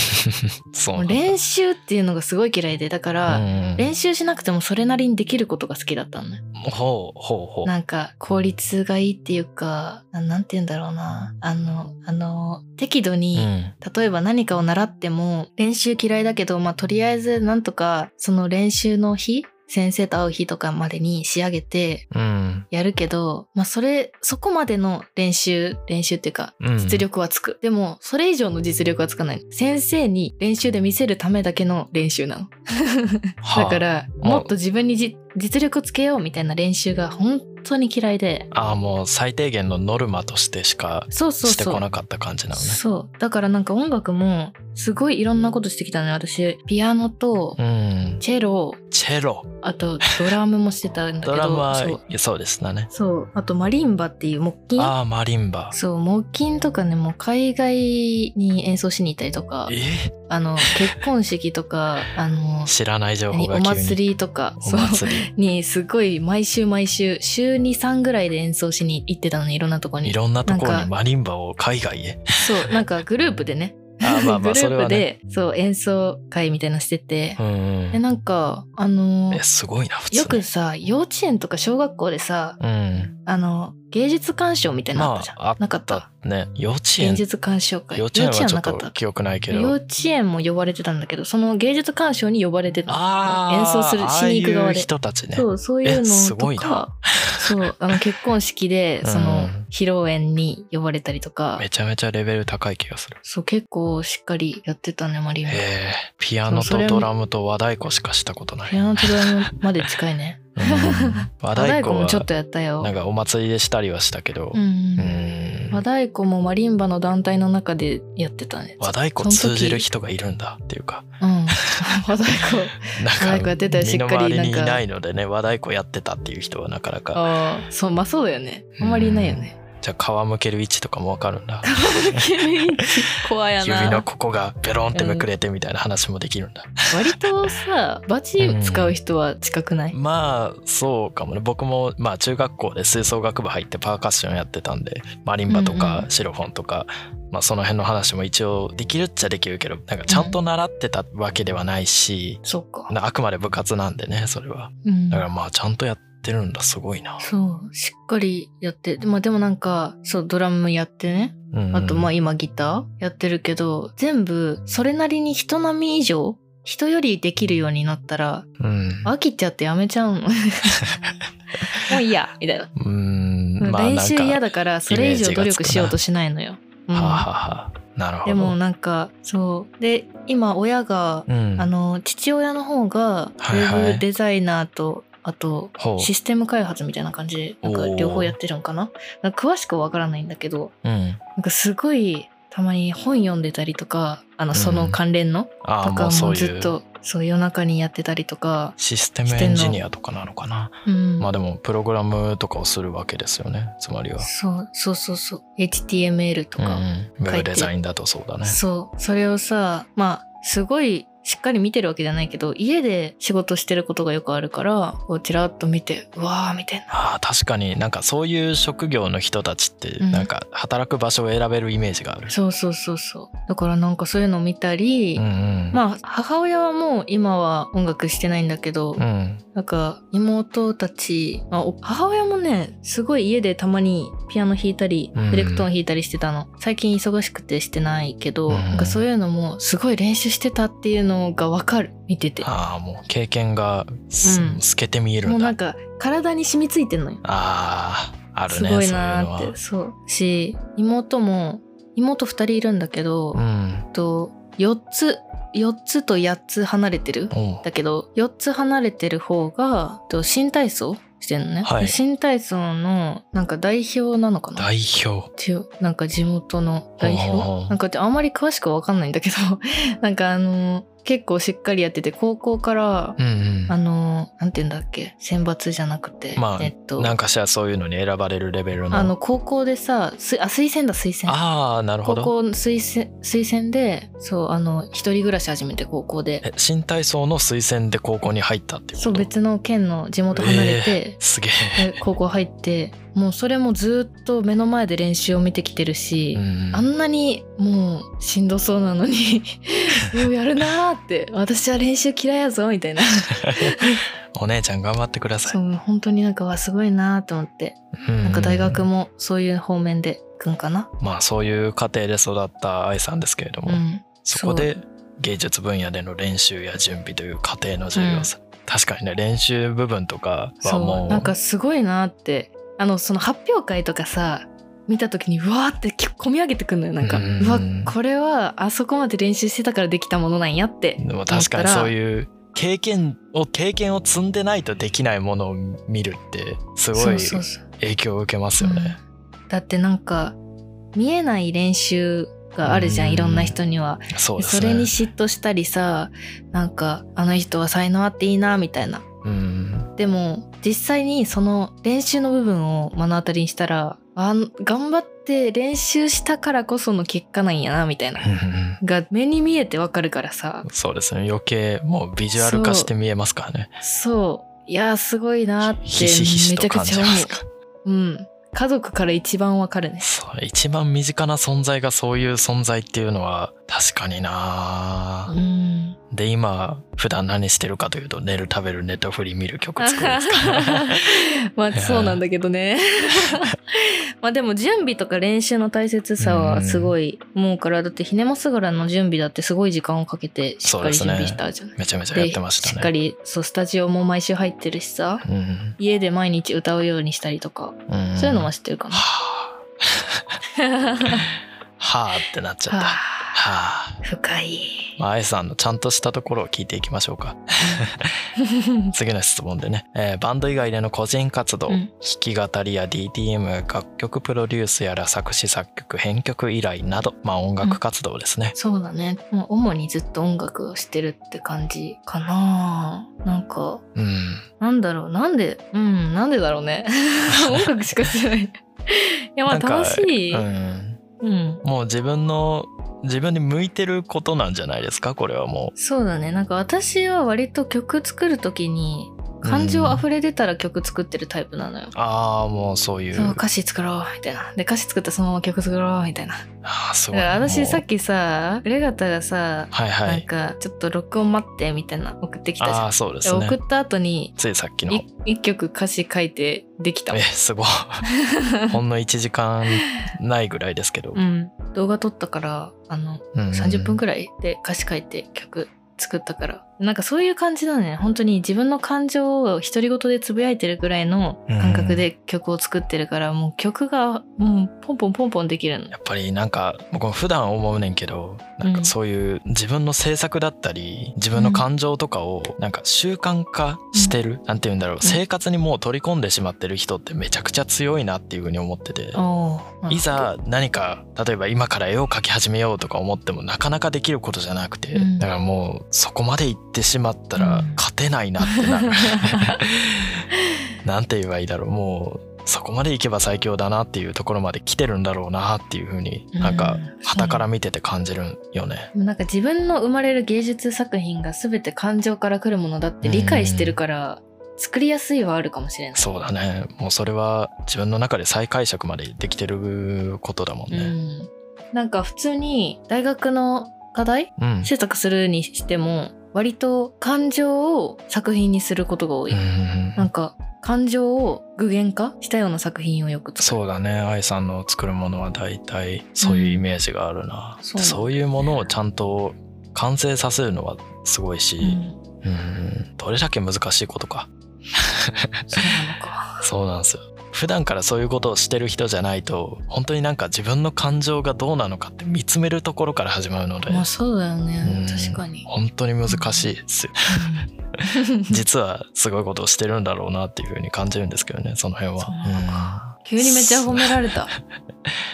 Speaker 2: そう
Speaker 1: も
Speaker 2: な
Speaker 1: うん
Speaker 2: だ。
Speaker 1: 練習っていうのがすごい嫌いでだから、
Speaker 2: うん
Speaker 1: 練習しなくてもそれなりにできることが好きだったのね
Speaker 2: ほうほうほう。
Speaker 1: なんか効率がいいっていうかななんて言うんだろうなあのあの適度に、
Speaker 2: うん。
Speaker 1: 例えば何かを習っても練習嫌いだけど、まあ、とりあえずなんとかその練習の日先生と会う日とかまでに仕上げて
Speaker 2: うん。
Speaker 1: やるけど、まあ、それそこまでの練習練習っていうか
Speaker 2: うん
Speaker 1: 実力はつく、でもそれ以上の実力はつかない先生に練習で見せるためだけの練習なの
Speaker 2: はあ
Speaker 1: だから
Speaker 2: あ
Speaker 1: もっと自分にじ実力つけようみたいな練習が本当に嫌いで
Speaker 2: ああもう最低限のノルマとしてしか
Speaker 1: そうそう
Speaker 2: して
Speaker 1: そう
Speaker 2: こなかった感じなのね。
Speaker 1: そうだからなんか音楽もすごいいろんなことしてきたのよ私ピアノと
Speaker 2: うん、
Speaker 1: チェロ
Speaker 2: チェロ
Speaker 1: あとドラムもしてたんだけど
Speaker 2: ドラムは
Speaker 1: そう
Speaker 2: そうですだね。
Speaker 1: そうあとマリンバっていう木琴
Speaker 2: ああマリンバ。
Speaker 1: そう木琴とかねもう海外に演奏しに行ったりとか
Speaker 2: え
Speaker 1: あの結婚式とかあの
Speaker 2: 知らない情報
Speaker 1: 何
Speaker 2: が
Speaker 1: お
Speaker 2: 急に。
Speaker 1: 祭りとか
Speaker 2: お
Speaker 1: そう
Speaker 2: 祭り。
Speaker 1: にすごい毎週毎週週23ぐらいで演奏しに行ってたのにいろんなとこ
Speaker 2: い
Speaker 1: に
Speaker 2: ろんなところ
Speaker 1: な
Speaker 2: に
Speaker 1: んか
Speaker 2: マリンバを海外へ。
Speaker 1: そうなん かグループでね
Speaker 2: あー まあまあ
Speaker 1: グ
Speaker 2: そ
Speaker 1: ル
Speaker 2: れ
Speaker 1: ープ
Speaker 2: はね。
Speaker 1: でそう演奏会みたいなのしてて
Speaker 2: う、ん
Speaker 1: で
Speaker 2: うん。
Speaker 1: なんかあの
Speaker 2: えすごいな普通に。
Speaker 1: よくさ幼稚園とか小学校でさ
Speaker 2: うん。
Speaker 1: あの芸術鑑賞みたいなのあっ
Speaker 2: ま
Speaker 1: たじゃん、
Speaker 2: ああ
Speaker 1: な
Speaker 2: っ
Speaker 1: かった
Speaker 2: たね。幼稚
Speaker 1: 芸
Speaker 2: 園
Speaker 1: 術鑑賞会
Speaker 2: 幼稚園はちょっ
Speaker 1: 幼稚園はなか
Speaker 2: と
Speaker 1: った
Speaker 2: 記憶ないけ
Speaker 1: 幼
Speaker 2: ど。
Speaker 1: 稚園も呼ばれてたんだけどその芸術鑑賞に呼ばれてたの
Speaker 2: ああ
Speaker 1: 演奏するしに行く側で
Speaker 2: ああいう人たちね。
Speaker 1: そうそういう
Speaker 2: えす
Speaker 1: の
Speaker 2: ご
Speaker 1: と
Speaker 2: い
Speaker 1: か
Speaker 2: な
Speaker 1: そうあの結婚式でその
Speaker 2: うん
Speaker 1: 披露宴に呼ばれたりとか
Speaker 2: めちゃめちゃレベル高い気がする。
Speaker 1: そう結構しっかりやってたねマリンバ
Speaker 2: へえピアノ
Speaker 1: そうそれも
Speaker 2: とドラムと和太鼓しかしたことない。
Speaker 1: ピアノとドラムまで近い ね
Speaker 2: うん和
Speaker 1: 和太
Speaker 2: 太鼓
Speaker 1: 鼓も
Speaker 2: は
Speaker 1: ちょっとやったよ
Speaker 2: なんかお祭りでしたりはしたけど、
Speaker 1: うんうん
Speaker 2: うん
Speaker 1: 和
Speaker 2: 和
Speaker 1: 太鼓もマリンバの団体の中でやってたね
Speaker 2: 太鼓通じる人がいるんだっていうか、
Speaker 1: うん 和太鼓和太鼓
Speaker 2: なん
Speaker 1: や
Speaker 2: か
Speaker 1: ってたらし
Speaker 2: 身
Speaker 1: っ
Speaker 2: の
Speaker 1: か
Speaker 2: 回
Speaker 1: り
Speaker 2: り
Speaker 1: な
Speaker 2: に
Speaker 1: ん
Speaker 2: い
Speaker 1: か
Speaker 2: ないのでね和太鼓やってたっていう人はなかなか
Speaker 1: ああそうまあそうだよねあんまりいないよ ね
Speaker 2: じゃあ皮むける位置とかもわかるん だ
Speaker 1: 怖い や
Speaker 2: 指の
Speaker 1: な
Speaker 2: ここがベロンってめくれてみたいな話もできるんだ、
Speaker 1: 割とさバチ使う人は近くない、
Speaker 2: まあそうかもね僕もまあ中学校で吹奏楽部入ってパーカッションやってたんでマリンバと
Speaker 1: うん
Speaker 2: か
Speaker 1: うん
Speaker 2: シロフォンとか、まあ、その辺の話も一応できるっちゃできるけどなんかちゃんと習ってたわけではないし、
Speaker 1: そっか、
Speaker 2: なあくまで部活なんでねそれは
Speaker 1: うん
Speaker 2: だからまあちゃんとやってるんだすごいな、
Speaker 1: そうしっかりやってで,、まあ、でもなんかそうドラムやってね
Speaker 2: うん
Speaker 1: あとまあ今ギターやってるけど全部それなりに人並み以上人よりできるようになったら
Speaker 2: うん
Speaker 1: 飽きちゃってやめちゃ うのもういいやみたいな、
Speaker 2: うんまあ
Speaker 1: 練
Speaker 2: なん
Speaker 1: 習
Speaker 2: か
Speaker 1: 嫌だからそれ以上
Speaker 2: イメージがつ
Speaker 1: 努
Speaker 2: くな
Speaker 1: 力しようとしないのよ、うん
Speaker 2: はあはあはあなるほど
Speaker 1: でもなんかそうで今親が、
Speaker 2: うん
Speaker 1: あの父親の方がウ
Speaker 2: はいはい
Speaker 1: ェブデザイナーとあと
Speaker 2: ほう
Speaker 1: システム開発みたいな感じでなんか
Speaker 2: おー
Speaker 1: 両方やってるんかななんか詳しくはわからないんだけど
Speaker 2: うん
Speaker 1: なんかすごいたまに本読んでたりとかあのその関連の、
Speaker 2: ああ
Speaker 1: と
Speaker 2: も
Speaker 1: か
Speaker 2: うそ
Speaker 1: も
Speaker 2: う
Speaker 1: ず
Speaker 2: い
Speaker 1: っ
Speaker 2: う
Speaker 1: とそう夜中にやってたりとか、
Speaker 2: システムエンジニアとかなのかな
Speaker 1: うん
Speaker 2: まあでもプログラムとかをするわけですよねつまりは。
Speaker 1: そうそうそうそう HTML と
Speaker 2: うんう
Speaker 1: か、
Speaker 2: ん、ウェブデザインだとそうだね。
Speaker 1: そうそれをさまあすごいしっかり見てるわけじゃないけど家で仕事してることがよくあるからこうちらっと見てうわーみたいな
Speaker 2: あー確かになんかそういう職業の人たちって
Speaker 1: うん
Speaker 2: なんか働く場所を選べるイメージがある、
Speaker 1: そうそうそうそうだからなんかそういうの見たり、
Speaker 2: うんうん、あ
Speaker 1: まあ母親はもう今は音楽してないんだけど、
Speaker 2: うん
Speaker 1: なんか妹たち、まあ、お母親もねすごい家でたまにピアノ弾いたり
Speaker 2: うん
Speaker 1: エレクトーン弾いたりしてたの、最近忙しくてしてないけど、
Speaker 2: うん
Speaker 1: なんかそういうのもすごい練習してたっていうのがわかる見てて
Speaker 2: ああもう経験がす、
Speaker 1: うん
Speaker 2: 透けて見える
Speaker 1: も
Speaker 2: ん
Speaker 1: う
Speaker 2: だ
Speaker 1: なんか体に染みついてんのよ
Speaker 2: ああある
Speaker 1: す
Speaker 2: ね
Speaker 1: ごいな
Speaker 2: そ
Speaker 1: ー
Speaker 2: ういう
Speaker 1: ってそうし妹も妹2人いるんだけど、
Speaker 2: のは
Speaker 1: と4つ4つと8つ離れてる
Speaker 2: うんおう
Speaker 1: だけど4つ離れてる方がと新体操してんのね、
Speaker 2: はい
Speaker 1: 新体操のなんか代表なのかな
Speaker 2: 代表
Speaker 1: 一応なんか地元の代
Speaker 2: ほうほうほう
Speaker 1: 表なんかってあんまり詳しくは分かんないんだけど なんかあの結構しっかりやってて高校から、
Speaker 2: うんうん
Speaker 1: あのなんて言うんだっけ選抜じゃなくて、
Speaker 2: まあ
Speaker 1: えっと
Speaker 2: なんかしらそういうのに選ばれるレベルの
Speaker 1: あの高校でさすあ推薦だ推薦
Speaker 2: あーなる
Speaker 1: 高
Speaker 2: ほど
Speaker 1: 校の推薦推薦でそうあの一人暮らし始めて高校で
Speaker 2: え新体操の推薦で高校に入ったっていうこ
Speaker 1: そ
Speaker 2: と
Speaker 1: う別の県の地元離れて、
Speaker 2: すげ
Speaker 1: で高校入ってもうそれもずっと目の前で練習を見てきてるし
Speaker 2: え、うん
Speaker 1: あんなにもうしんどそうなの にもうやるなーって私は練習嫌いやぞみたいな
Speaker 2: お姉ちゃん頑張ってください
Speaker 1: そう本当になんかわすごいなーと思って
Speaker 2: な
Speaker 1: なんか大学もそういう方面でくんかな、
Speaker 2: まあそういう家庭で育った愛さんですけれど
Speaker 1: う
Speaker 2: も、
Speaker 1: ん
Speaker 2: そこで芸術分野での練習や準備という過程の重要さ、確かにね練習部分とかは
Speaker 1: そ
Speaker 2: も
Speaker 1: う
Speaker 2: う
Speaker 1: なんかすごいなーってあのその発表会とかさ見た時にうわーってき込み上げてくんのよなんか、
Speaker 2: う
Speaker 1: うんわこれはあそこまで練習してたからできたものなんやって
Speaker 2: でも確か
Speaker 1: 思った
Speaker 2: に
Speaker 1: ら
Speaker 2: そういう経験を経験を積んでないとできないものを見るってすごい
Speaker 1: そうそうそう
Speaker 2: 影響を受けますよね。
Speaker 1: うんだってなんか見えない練習があるじゃん、
Speaker 2: うん
Speaker 1: いろんな人には
Speaker 2: そう
Speaker 1: で
Speaker 2: です
Speaker 1: そ
Speaker 2: ね。
Speaker 1: れに嫉妬したりさなんかあの人は才能あっていいなみたいな
Speaker 2: うん
Speaker 1: でも実際にその練習の部分を目の当たりにしたらあん頑張って練習したからこその結果なんやなみたいな
Speaker 2: うんうん
Speaker 1: が目に見えてわかるからさ
Speaker 2: そうですね余計もうビジュアル化して見えますからね
Speaker 1: そういやーすごいなーって
Speaker 2: ひしひし
Speaker 1: めち
Speaker 2: と
Speaker 1: ゃく
Speaker 2: 感
Speaker 1: ち
Speaker 2: じ
Speaker 1: ゃ
Speaker 2: ま
Speaker 1: 思
Speaker 2: すか
Speaker 1: う、うん、家族から一番わかるね
Speaker 2: そう一番身近な存在がそういう存在っていうのは確かにな
Speaker 1: う
Speaker 2: あ
Speaker 1: ん
Speaker 2: で今普段何してるかというと寝る食べるネットフリ見る曲作るんですか
Speaker 1: まあそうなんだけどね まあでも準備とか練習の大切さはすごい思うからだってひねもすがらの準備だってすごい時間をかけてしっかり準備した じゃない
Speaker 2: めちゃめちゃ
Speaker 1: で
Speaker 2: やってまし
Speaker 1: したっか
Speaker 2: ね
Speaker 1: りそうスタジオも毎週入ってるしさ
Speaker 2: うん
Speaker 1: 家で毎日歌うようにしたりとか、
Speaker 2: うん
Speaker 1: そういうのは知ってるかな
Speaker 2: はあはあってなっちゃったは
Speaker 1: はあ
Speaker 2: あ
Speaker 1: 深い
Speaker 2: まあ、愛さんのちゃんとしたところを聞いていきましょ うか次の質問でね、えーバンド以外での個人活動、
Speaker 1: うん
Speaker 2: 弾き語りや DTM 楽曲プロデュースやら作詞作曲編曲依頼など、まあ、音楽活動ですね、
Speaker 1: そうだねもう主にずっと音楽をしてるって感じかななんか
Speaker 2: うん
Speaker 1: なんだろうなんでうんなんでだろう ね音楽しかしてないいやまあ
Speaker 2: なんか
Speaker 1: 楽しい、
Speaker 2: うん
Speaker 1: うん、
Speaker 2: もう自分の自分に向いてることなんじゃないですかこれはも
Speaker 1: そうだねなんか私は割と曲作る時に
Speaker 2: う
Speaker 1: 感情
Speaker 2: うん
Speaker 1: 溢れ出たら曲作ってるタイプなのよ、
Speaker 2: ああもうそういう
Speaker 1: そう歌詞作ろうみたいなで歌詞作ってそのまま曲作ろうみたいな
Speaker 2: ああ
Speaker 1: だ
Speaker 2: すご
Speaker 1: か
Speaker 2: い
Speaker 1: ら
Speaker 2: も
Speaker 1: 私
Speaker 2: う
Speaker 1: さっきさレガタがさ、
Speaker 2: はいは
Speaker 1: なん
Speaker 2: い
Speaker 1: かちょっと録音待ってみたいな送ってきたじゃ
Speaker 2: ああそうで
Speaker 1: ん、
Speaker 2: すね
Speaker 1: 送った後に
Speaker 2: ついさっきの
Speaker 1: い一曲歌詞書いてできた
Speaker 2: えすごい ほんの1時間ないぐらいですけど、
Speaker 1: うん動画撮ったからあの
Speaker 2: うん
Speaker 1: 30分くらいで歌詞書いて曲作ったからなんかそういう感じだね本当に自分の感情を独り言でつぶやいてるぐらいの感覚で曲を作ってるから、もう曲がもうポンポンポンポンできるの
Speaker 2: やっぱりなんか僕も普段思うねんけどなん
Speaker 1: う
Speaker 2: か
Speaker 1: ん
Speaker 2: そういう自分の制作だったり自分の感情とかをなんか習慣化してる、なんて言うんだろう生活にもう取り込んでしまってる人ってめちゃくちゃ強いなっていうふうに思ってて。
Speaker 1: おー
Speaker 2: い、ざ何か例えば今から絵を描き始めようとか思ってもなかなかできることじゃなくて、
Speaker 1: うん
Speaker 2: だからもうそこまで行ってしまったら
Speaker 1: うん
Speaker 2: 勝てないなってなる、なんて言えばいいだろうもうそこまでいけば最強だなっていうところまで来てるんだろうなっていうふうになんか
Speaker 1: うん
Speaker 2: 傍から見てて感じるよね。
Speaker 1: なんか自分の生まれる芸術作品が全て感情から来るものだって理解してるから、作りやすいはあるかもしれない。
Speaker 2: そうだねもうそれは自分の中で再解釈までできてることだもん
Speaker 1: う
Speaker 2: ね。
Speaker 1: ん、なんか普通に大学の課題
Speaker 2: うん、
Speaker 1: 制作するにしても割と感情を作品にすることが多い。
Speaker 2: うん
Speaker 1: なんか感情を具現化したような作品をよく作る。
Speaker 2: そうだね愛さんの作るものは大体そういうイメージがあるな、
Speaker 1: うん
Speaker 2: で
Speaker 1: そう
Speaker 2: そういうものをちゃんと完成させるのはすごいし、
Speaker 1: うん
Speaker 2: うんどれだけ難しいことか
Speaker 1: そうなのか。
Speaker 2: そうなんですよ普段からそういうことをしてる人じゃないと本当になんか自分の感情がどうなのかって見つめるところから始まるので
Speaker 1: まあそうだよね。
Speaker 2: うん
Speaker 1: 確か に。
Speaker 2: 本当に難しいですよ実はすごいことをしてるんだろうなっていうふうに感じるんですけどねその辺は
Speaker 1: そうなのか急にめっちゃ褒めら れた。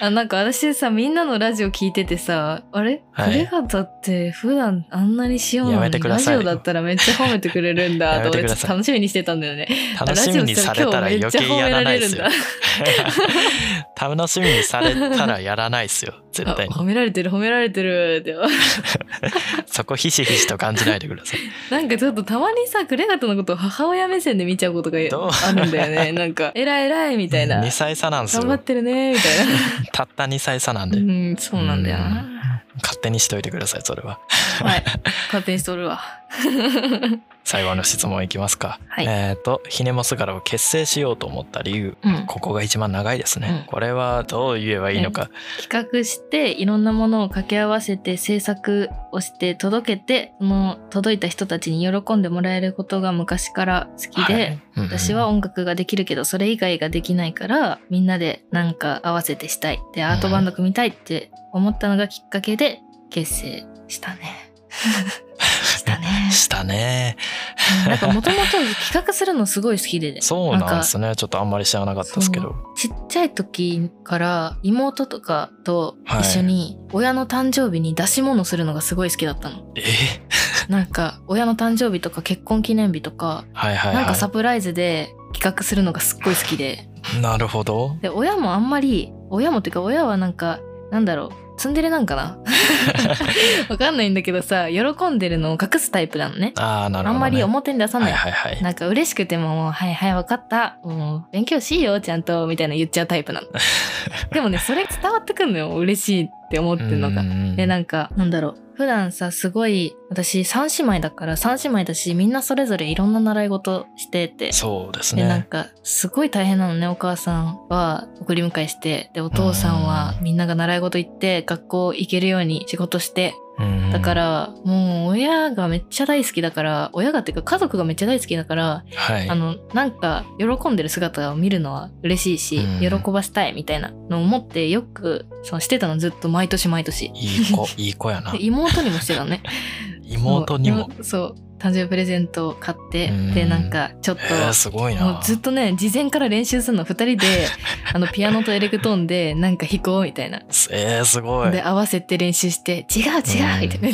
Speaker 1: あなんか私さみんなのラジオ聞いててさあれ、
Speaker 2: はい
Speaker 1: これがだって普段あんなにしよう
Speaker 2: や
Speaker 1: の
Speaker 2: めて
Speaker 1: に
Speaker 2: くだ
Speaker 1: ラ
Speaker 2: さい
Speaker 1: ジ
Speaker 2: よ
Speaker 1: オだったらめっちゃ褒めてくれるんだ
Speaker 2: やめ
Speaker 1: と
Speaker 2: て
Speaker 1: 俺
Speaker 2: く
Speaker 1: ちょ
Speaker 2: だ
Speaker 1: っ
Speaker 2: さい
Speaker 1: と楽しみにしてたんだよね。
Speaker 2: うん楽しみにされたら余計やらな いですよ
Speaker 1: ラ
Speaker 2: 楽しみにされたらやらないですよ絶
Speaker 1: あ
Speaker 2: 対に
Speaker 1: 褒められてる褒められてるって。
Speaker 2: そこひしひしと感じないでください。
Speaker 1: なんかちょっとたまにさクレガトのことを母親目線で見ちゃうことが
Speaker 2: どう
Speaker 1: あるんだよ ね。なんか偉い偉いみたいな
Speaker 2: 2歳差なんです
Speaker 1: 頑張っ
Speaker 2: よ。
Speaker 1: てるねみたいな。
Speaker 2: たった2歳差なんで、
Speaker 1: うんそうなんだよ
Speaker 2: う
Speaker 1: な。
Speaker 2: 勝手にしといてください、それは。
Speaker 1: はい勝手にしとるわ。
Speaker 2: 最後の質問いきますか。
Speaker 1: はい
Speaker 2: えっ、と、ひねもすがらを結成しようと思った理由。
Speaker 1: うん
Speaker 2: ここが一番長いですね。
Speaker 1: うん
Speaker 2: これはどう言えばいいのか。
Speaker 1: 企画していろんなものを掛け合わせて制作をして届けてその届いた人たちに喜んでもらえることが昔から好きで、
Speaker 2: はいうん
Speaker 1: 私は音楽ができるけどそれ以外ができないからみんなでなんか合わせてしたいでアートバンド組みたいって思ったのがきっかけで結成したね。したね。
Speaker 2: したね。
Speaker 1: うんなんかもともと企画するのすごい好きでね
Speaker 2: そうなんですね。ちょっとあんまり知らなかったですけど。
Speaker 1: ちっちゃい時から妹とかと一緒に親の誕生日に出し物するのがすごい好きだったの。
Speaker 2: え
Speaker 1: なんか親の誕生日とか結婚記念日とか、
Speaker 2: はいはい
Speaker 1: なんか
Speaker 2: は
Speaker 1: サプライズで企画するのがすっごい好きで。
Speaker 2: い。なるほど。
Speaker 1: で、親もあんまり、親もっていうか親はなんか、なんだろう、ツンデレなんかな わかんないんだけどさ、喜んでるのを隠すタイプなのね。
Speaker 2: ああ、なる
Speaker 1: あ
Speaker 2: ほ
Speaker 1: ん
Speaker 2: ど、ね。
Speaker 1: まり表に出さない。
Speaker 2: はいはいはい。
Speaker 1: なんか嬉しくてももう「はいはい分かったもう勉強しいよちゃんと」みたいな言っちゃうタイプ なのでもねそれ伝わってくんのよ嬉しいって思ってんのがでなんかなんだろう普段さすごい私3姉妹だから3姉妹だしみんなそれぞれいろんな習い事してて
Speaker 2: そうです
Speaker 1: でなん
Speaker 2: ね。
Speaker 1: かすごい大変なのねお母さんは送り迎えしてでお父さんはみんなが習い事行って学校行けるように仕事して
Speaker 2: うん
Speaker 1: だか、らもう親がめっちゃ大好きだから親がっていうか家族がめっちゃ大好きだから
Speaker 2: はい、
Speaker 1: あのなんか喜んでる姿を見るのは嬉しいし、
Speaker 2: うん
Speaker 1: 喜ばしたいみたいなのを思ってよくそのしてたのずっと毎年毎年
Speaker 2: いい子、 いい子やな
Speaker 1: で。妹にもしてたのね
Speaker 2: 妹にも。
Speaker 1: そうそう誕生日プレゼントを買って
Speaker 2: うん
Speaker 1: でなんかちょっと
Speaker 2: えー、すごい
Speaker 1: もう
Speaker 2: な。
Speaker 1: ずっとね事前から練習するの2人 であのピアノとエレクトーンでなんか弾こうみたいな
Speaker 2: えー、すごい。
Speaker 1: で合わせて練習して「違う違う」みたいな、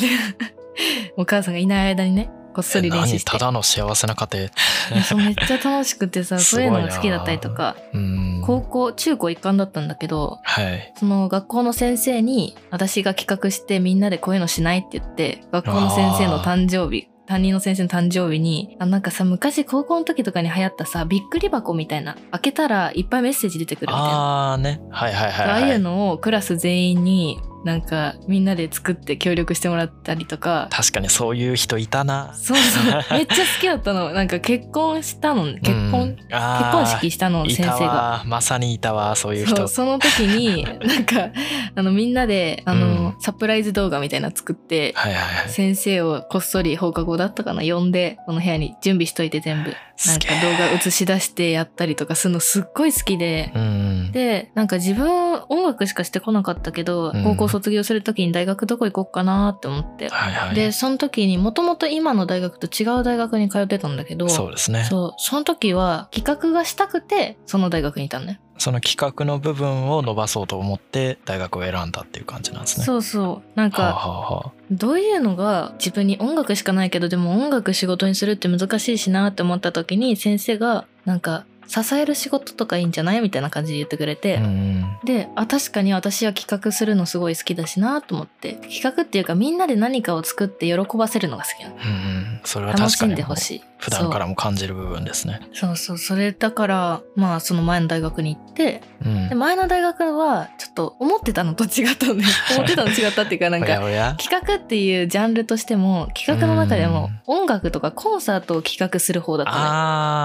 Speaker 1: お母さんがいない間にねこっそり練習して
Speaker 2: 何ただの幸せな家庭。
Speaker 1: いやそうめっちゃ楽しくてさ そ
Speaker 2: す
Speaker 1: う
Speaker 2: ご
Speaker 1: い
Speaker 2: いうな
Speaker 1: のが好きだったりとか
Speaker 2: うん。
Speaker 1: 高校中高一貫だったんだけど
Speaker 2: はい。
Speaker 1: その学校の先生に私が企画してみんなでこういうのしないって言って学校の先生の誕生日担任の先生の誕生日にあなんかさ昔高校の時とかに流行ったさびっくり箱みたいな開けたらいっぱいメッセージ出てくるみたいな
Speaker 2: ああね。はいはいはい、
Speaker 1: あ
Speaker 2: は
Speaker 1: あいうのをクラス全員になんかみんなで作って協力してもらったりと か
Speaker 2: 確かにそういう人いたな。
Speaker 1: そうそうめっちゃ好きだったのなんか結婚したの結婚、
Speaker 2: うん
Speaker 1: 結
Speaker 2: あ
Speaker 1: 婚
Speaker 2: ー
Speaker 1: 式したの
Speaker 2: い
Speaker 1: 先
Speaker 2: た
Speaker 1: 生が
Speaker 2: わまさにいたわそういう
Speaker 1: そ
Speaker 2: 人
Speaker 1: うその時 になんかあのみんなであの、
Speaker 2: うん
Speaker 1: サプライズ動画みたいなの作って、
Speaker 2: はいはいはい
Speaker 1: 先生をこっそり放課後だったかな呼んでこの部屋に準備しといて全部なん
Speaker 2: す
Speaker 1: か
Speaker 2: げえ
Speaker 1: 動画映し出してやったりとかするのすっごい好きで。
Speaker 2: うん
Speaker 1: でなんか自分音楽しかしてこなかったけど、
Speaker 2: うん
Speaker 1: 高校卒業する時に大学どこ行こうかなって思って、
Speaker 2: はいはい
Speaker 1: でその時にもともと今の大学と違う大学に通ってたんだけど
Speaker 2: そうですねそ
Speaker 1: そうその時は企画がしたくてその大学にいたのね
Speaker 2: の企画の部分を伸ばそうと思って大学を選んだっていう感じなんですね
Speaker 1: そうそうなん
Speaker 2: はあ
Speaker 1: か
Speaker 2: はあはあ
Speaker 1: どういうのが自分に音楽しかないけどでも音楽仕事にするって難しいしなって思った時に先生がなんか支える仕事とかいいんじゃないみたいな感じで言ってくれて、
Speaker 2: うん
Speaker 1: であ確かに私は企画するのすごい好きだしなと思って企画っていうかみんなで何かを作って喜ばせるのが好きなの
Speaker 2: うんうんそれは
Speaker 1: 楽
Speaker 2: 確
Speaker 1: し
Speaker 2: か
Speaker 1: ん
Speaker 2: に
Speaker 1: で
Speaker 2: も
Speaker 1: ほ
Speaker 2: う
Speaker 1: しい
Speaker 2: 普段からも感じる部分ですね。
Speaker 1: そうそうそうそれだからまあその前の大学に行って
Speaker 2: うん
Speaker 1: で前の大学はちょっと思ってたのと違ったの ね思ってたの違ったっていうかなん
Speaker 2: お
Speaker 1: か
Speaker 2: やおや
Speaker 1: 企画っていうジャンルとしても企画の中でも音楽とかコンサートを企画する方だったのよ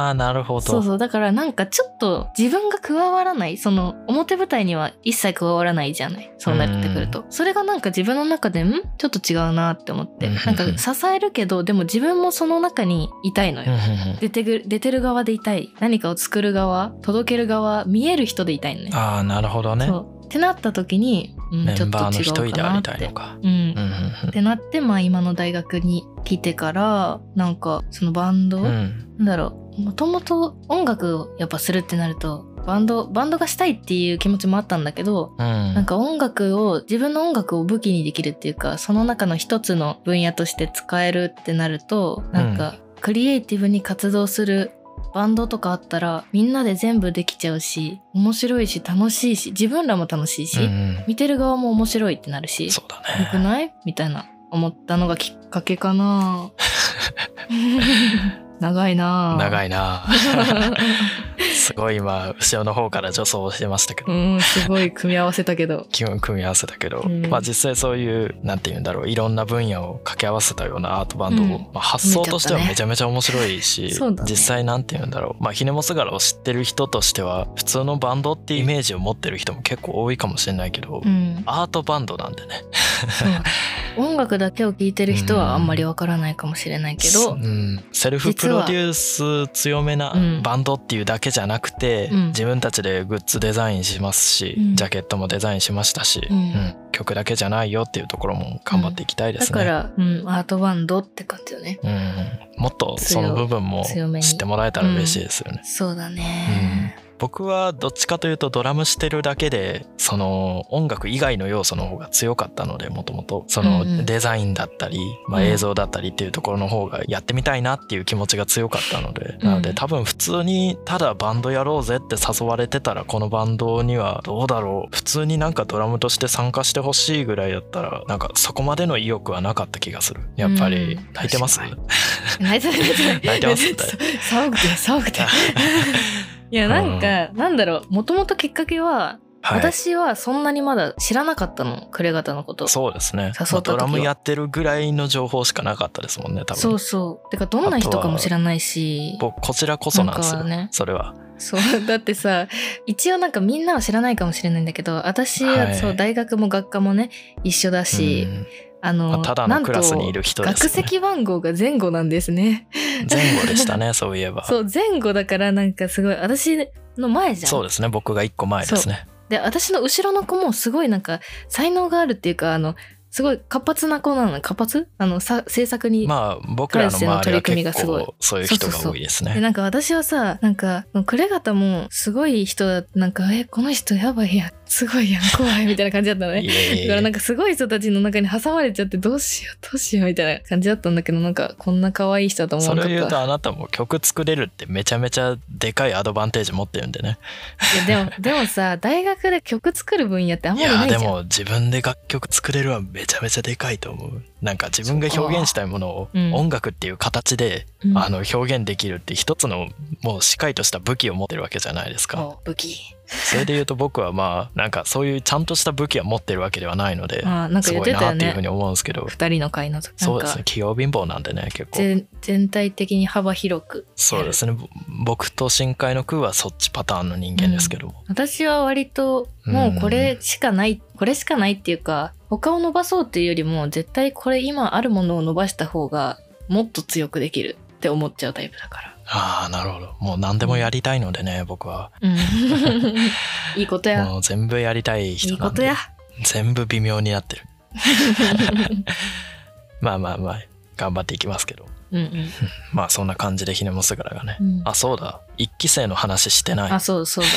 Speaker 2: あーなるほど。
Speaker 1: そうそうだからなんかちょっと自分が加わらないその表舞台には一切加わらないじゃないそうなってくると、それがなんか自分の中でんちょっと違うなって思って、
Speaker 2: うん
Speaker 1: なんか支えるけどでも自分もその中にいたいの
Speaker 2: うんう
Speaker 1: よ、
Speaker 2: んうん
Speaker 1: 出てく出てる側でいたい何かを作る側届ける側見える人でいたいのね
Speaker 2: ああなるほどね。
Speaker 1: そうってなった時に、うん、
Speaker 2: メ
Speaker 1: ちょ
Speaker 2: ン
Speaker 1: っ
Speaker 2: バーの
Speaker 1: と
Speaker 2: 一
Speaker 1: 違う
Speaker 2: 人で
Speaker 1: か
Speaker 2: あ
Speaker 1: なっ
Speaker 2: りたい
Speaker 1: て
Speaker 2: のか。
Speaker 1: うん
Speaker 2: うんうん
Speaker 1: ってなって、まあ、今の大学に来てからなんかそのバンド、
Speaker 2: うんうん
Speaker 1: なんだろうもともと音楽をやっぱするってなるとバンドバンドがしたいっていう気持ちもあったんだけど
Speaker 2: うん
Speaker 1: なんか音楽を自分の音楽を武器にできるっていうかその中の一つの分野として使えるってなるとなんかクリエイティブに活動するバンドとかあったらみんなで全部できちゃうし面白いし楽しいし自分らも楽しいし、
Speaker 2: うん
Speaker 1: 見てる側も面白いってなる
Speaker 2: うん
Speaker 1: し
Speaker 2: そうだ
Speaker 1: よく
Speaker 2: ね。
Speaker 1: ないみたいな思ったのがきっかけか な長いな
Speaker 2: 長
Speaker 1: い
Speaker 2: いな。すごい今後ろの方から助走をしてましたけ ど。
Speaker 1: うんすごい組み合わせたけど
Speaker 2: 基本組み合わせだけど、
Speaker 1: うん
Speaker 2: まあ実際そういうなんて言うんだろういろんな分野を掛け合わせたようなアートバンドを、
Speaker 1: うん
Speaker 2: まあ、発想としては
Speaker 1: 見
Speaker 2: め
Speaker 1: ち
Speaker 2: ちゃめちゃ面白いし、
Speaker 1: そうだね
Speaker 2: 実際なんて言うんだろう、まあ、ひねもすがらを知ってる人としては普通のバンドってイメージを持ってる人も結構多いかもしれないけど、
Speaker 1: うん
Speaker 2: アートバンドなんでね。
Speaker 1: そう音楽だけを聴いてる人はあんまりわからないかもしれないけど、
Speaker 2: うん、セルフプロデュース強めな
Speaker 1: うん
Speaker 2: バンドっていうだけじゃなくて、
Speaker 1: うん
Speaker 2: 自分たちでグッズデザインしますし、
Speaker 1: うん
Speaker 2: ジャケットもデザインしましたし、
Speaker 1: うん
Speaker 2: うん曲だけじゃないよっていうところも頑張っていきたいで
Speaker 1: だ
Speaker 2: すね。
Speaker 1: から、うん、アートバンドって感じよね
Speaker 2: うん、もっとその部分も
Speaker 1: 強めに
Speaker 2: 知ってもらえたら嬉しいですよね。
Speaker 1: そうだね、
Speaker 2: 僕はどっちかというとドラムしてるだけでその音楽以外の要素の方が強かったのでもともとそ
Speaker 1: うんう
Speaker 2: の
Speaker 1: ん
Speaker 2: デザインだったり、まあ、
Speaker 1: うん
Speaker 2: 映像だったりっていうところの方がやってみたいなっていう気持ちが強かったので、
Speaker 1: うん
Speaker 2: なので多分普通にただバンドやろうぜって誘われてたらこのバンドにはどうだろう普通になんかドラムとして参加してほしいぐらいだったらなんかそこまでの意欲はなかった気がするやっぱり
Speaker 1: うん
Speaker 2: 泣いてます、
Speaker 1: 確泣いてない
Speaker 2: 泣いてます
Speaker 1: 別に騒ぐて騒 ぐていやなんか、なんだろうもともときっかけは、
Speaker 2: はい
Speaker 1: 私はそんなにまだ知らなかったの暮れ方のこと
Speaker 2: そうですね
Speaker 1: 誘った時
Speaker 2: ま
Speaker 1: は
Speaker 2: あドラムやってるぐらいの情報しかなかったですもんね多分
Speaker 1: そうそう。てかどんな人かも知らないし。
Speaker 2: 僕こちらこそなんですよ
Speaker 1: なんかね
Speaker 2: それは
Speaker 1: そうだってさ一応なんかみんなは知らないかもしれないんだけど私は、
Speaker 2: はい
Speaker 1: そう大学も学科もね一緒だし、
Speaker 2: うん
Speaker 1: あの
Speaker 2: まあただのクラスにいる人
Speaker 1: なん
Speaker 2: で
Speaker 1: と学
Speaker 2: す、ね、
Speaker 1: 籍番号が前後なんです ね。
Speaker 2: 前後でしたねそういえば
Speaker 1: そう前後だからなんかすごい私の前じゃん。
Speaker 2: そうですね僕が一個前ですね
Speaker 1: で私の後ろの子もすごいなんか才能があるっていうかあのすごい活発な子なの活発あのさ制作に
Speaker 2: まあ僕らの周りは
Speaker 1: クラスでの取り組みが
Speaker 2: 結
Speaker 1: すごい
Speaker 2: 構そういう人が多いですね
Speaker 1: でなんか私はさなんかクレガタもすごい人だなんかえこの人やばいやんすごいやん怖いみたいな感じだったのね
Speaker 2: いえいえいえ
Speaker 1: だからなんかすごい人たちの中に挟まれちゃってどうしようどうしようみたいな感じだったんだけどなんかこんな可愛い人だと思
Speaker 2: そ
Speaker 1: わな
Speaker 2: れを
Speaker 1: かったい
Speaker 2: 言うと
Speaker 1: や
Speaker 2: あなたも曲作れるってめちゃめちゃでかいアドバンテージ持ってるんでね
Speaker 1: でもでもさ大学で曲作る分野ってあん
Speaker 2: い
Speaker 1: まり
Speaker 2: や
Speaker 1: ないじ
Speaker 2: で
Speaker 1: ゃん
Speaker 2: も自分で楽曲作れるはめちゃめちゃでかいと思うなんか自分が表現したいものを
Speaker 1: うん
Speaker 2: 音楽っていう形で
Speaker 1: うん
Speaker 2: あの表現できるって一つのもうしっかりとした武器を持ってるわけじゃないですか
Speaker 1: そう武器
Speaker 2: それで言うと僕はまあなんかそういうちゃんとした武器は持ってるわけではないので
Speaker 1: あーなんか
Speaker 2: す
Speaker 1: 言っ
Speaker 2: ご
Speaker 1: て
Speaker 2: い
Speaker 1: た
Speaker 2: な
Speaker 1: よ
Speaker 2: っていうふう
Speaker 1: ね
Speaker 2: に思うんですけど
Speaker 1: 二人の会の時な
Speaker 2: そ
Speaker 1: ん
Speaker 2: うです
Speaker 1: か
Speaker 2: ね器用貧乏なんでね結構
Speaker 1: 全全体的に幅広く
Speaker 2: そうですねぼ僕と深海の空はそっちパターンの人間ですけども
Speaker 1: 私は割ともうこれしかない、これしかないっていうか他を伸ばそうっていうよりも絶対これ今あるものを伸ばした方がもっと強くできるって思っちゃうタイプだか
Speaker 2: ああなるほどもう何でもやりたいのでね僕は
Speaker 1: ら、 いいことや
Speaker 2: もう全部やりたい
Speaker 1: い
Speaker 2: 人
Speaker 1: い
Speaker 2: な
Speaker 1: こ
Speaker 2: ん
Speaker 1: と
Speaker 2: で
Speaker 1: や
Speaker 2: 全部微妙にな ってる まあまあまあ頑張っていきますけど
Speaker 1: うんうん、
Speaker 2: まあそんな感じでひねもすがらがね、
Speaker 1: うん
Speaker 2: あそうだ一期生の話してない
Speaker 1: あそうそうだ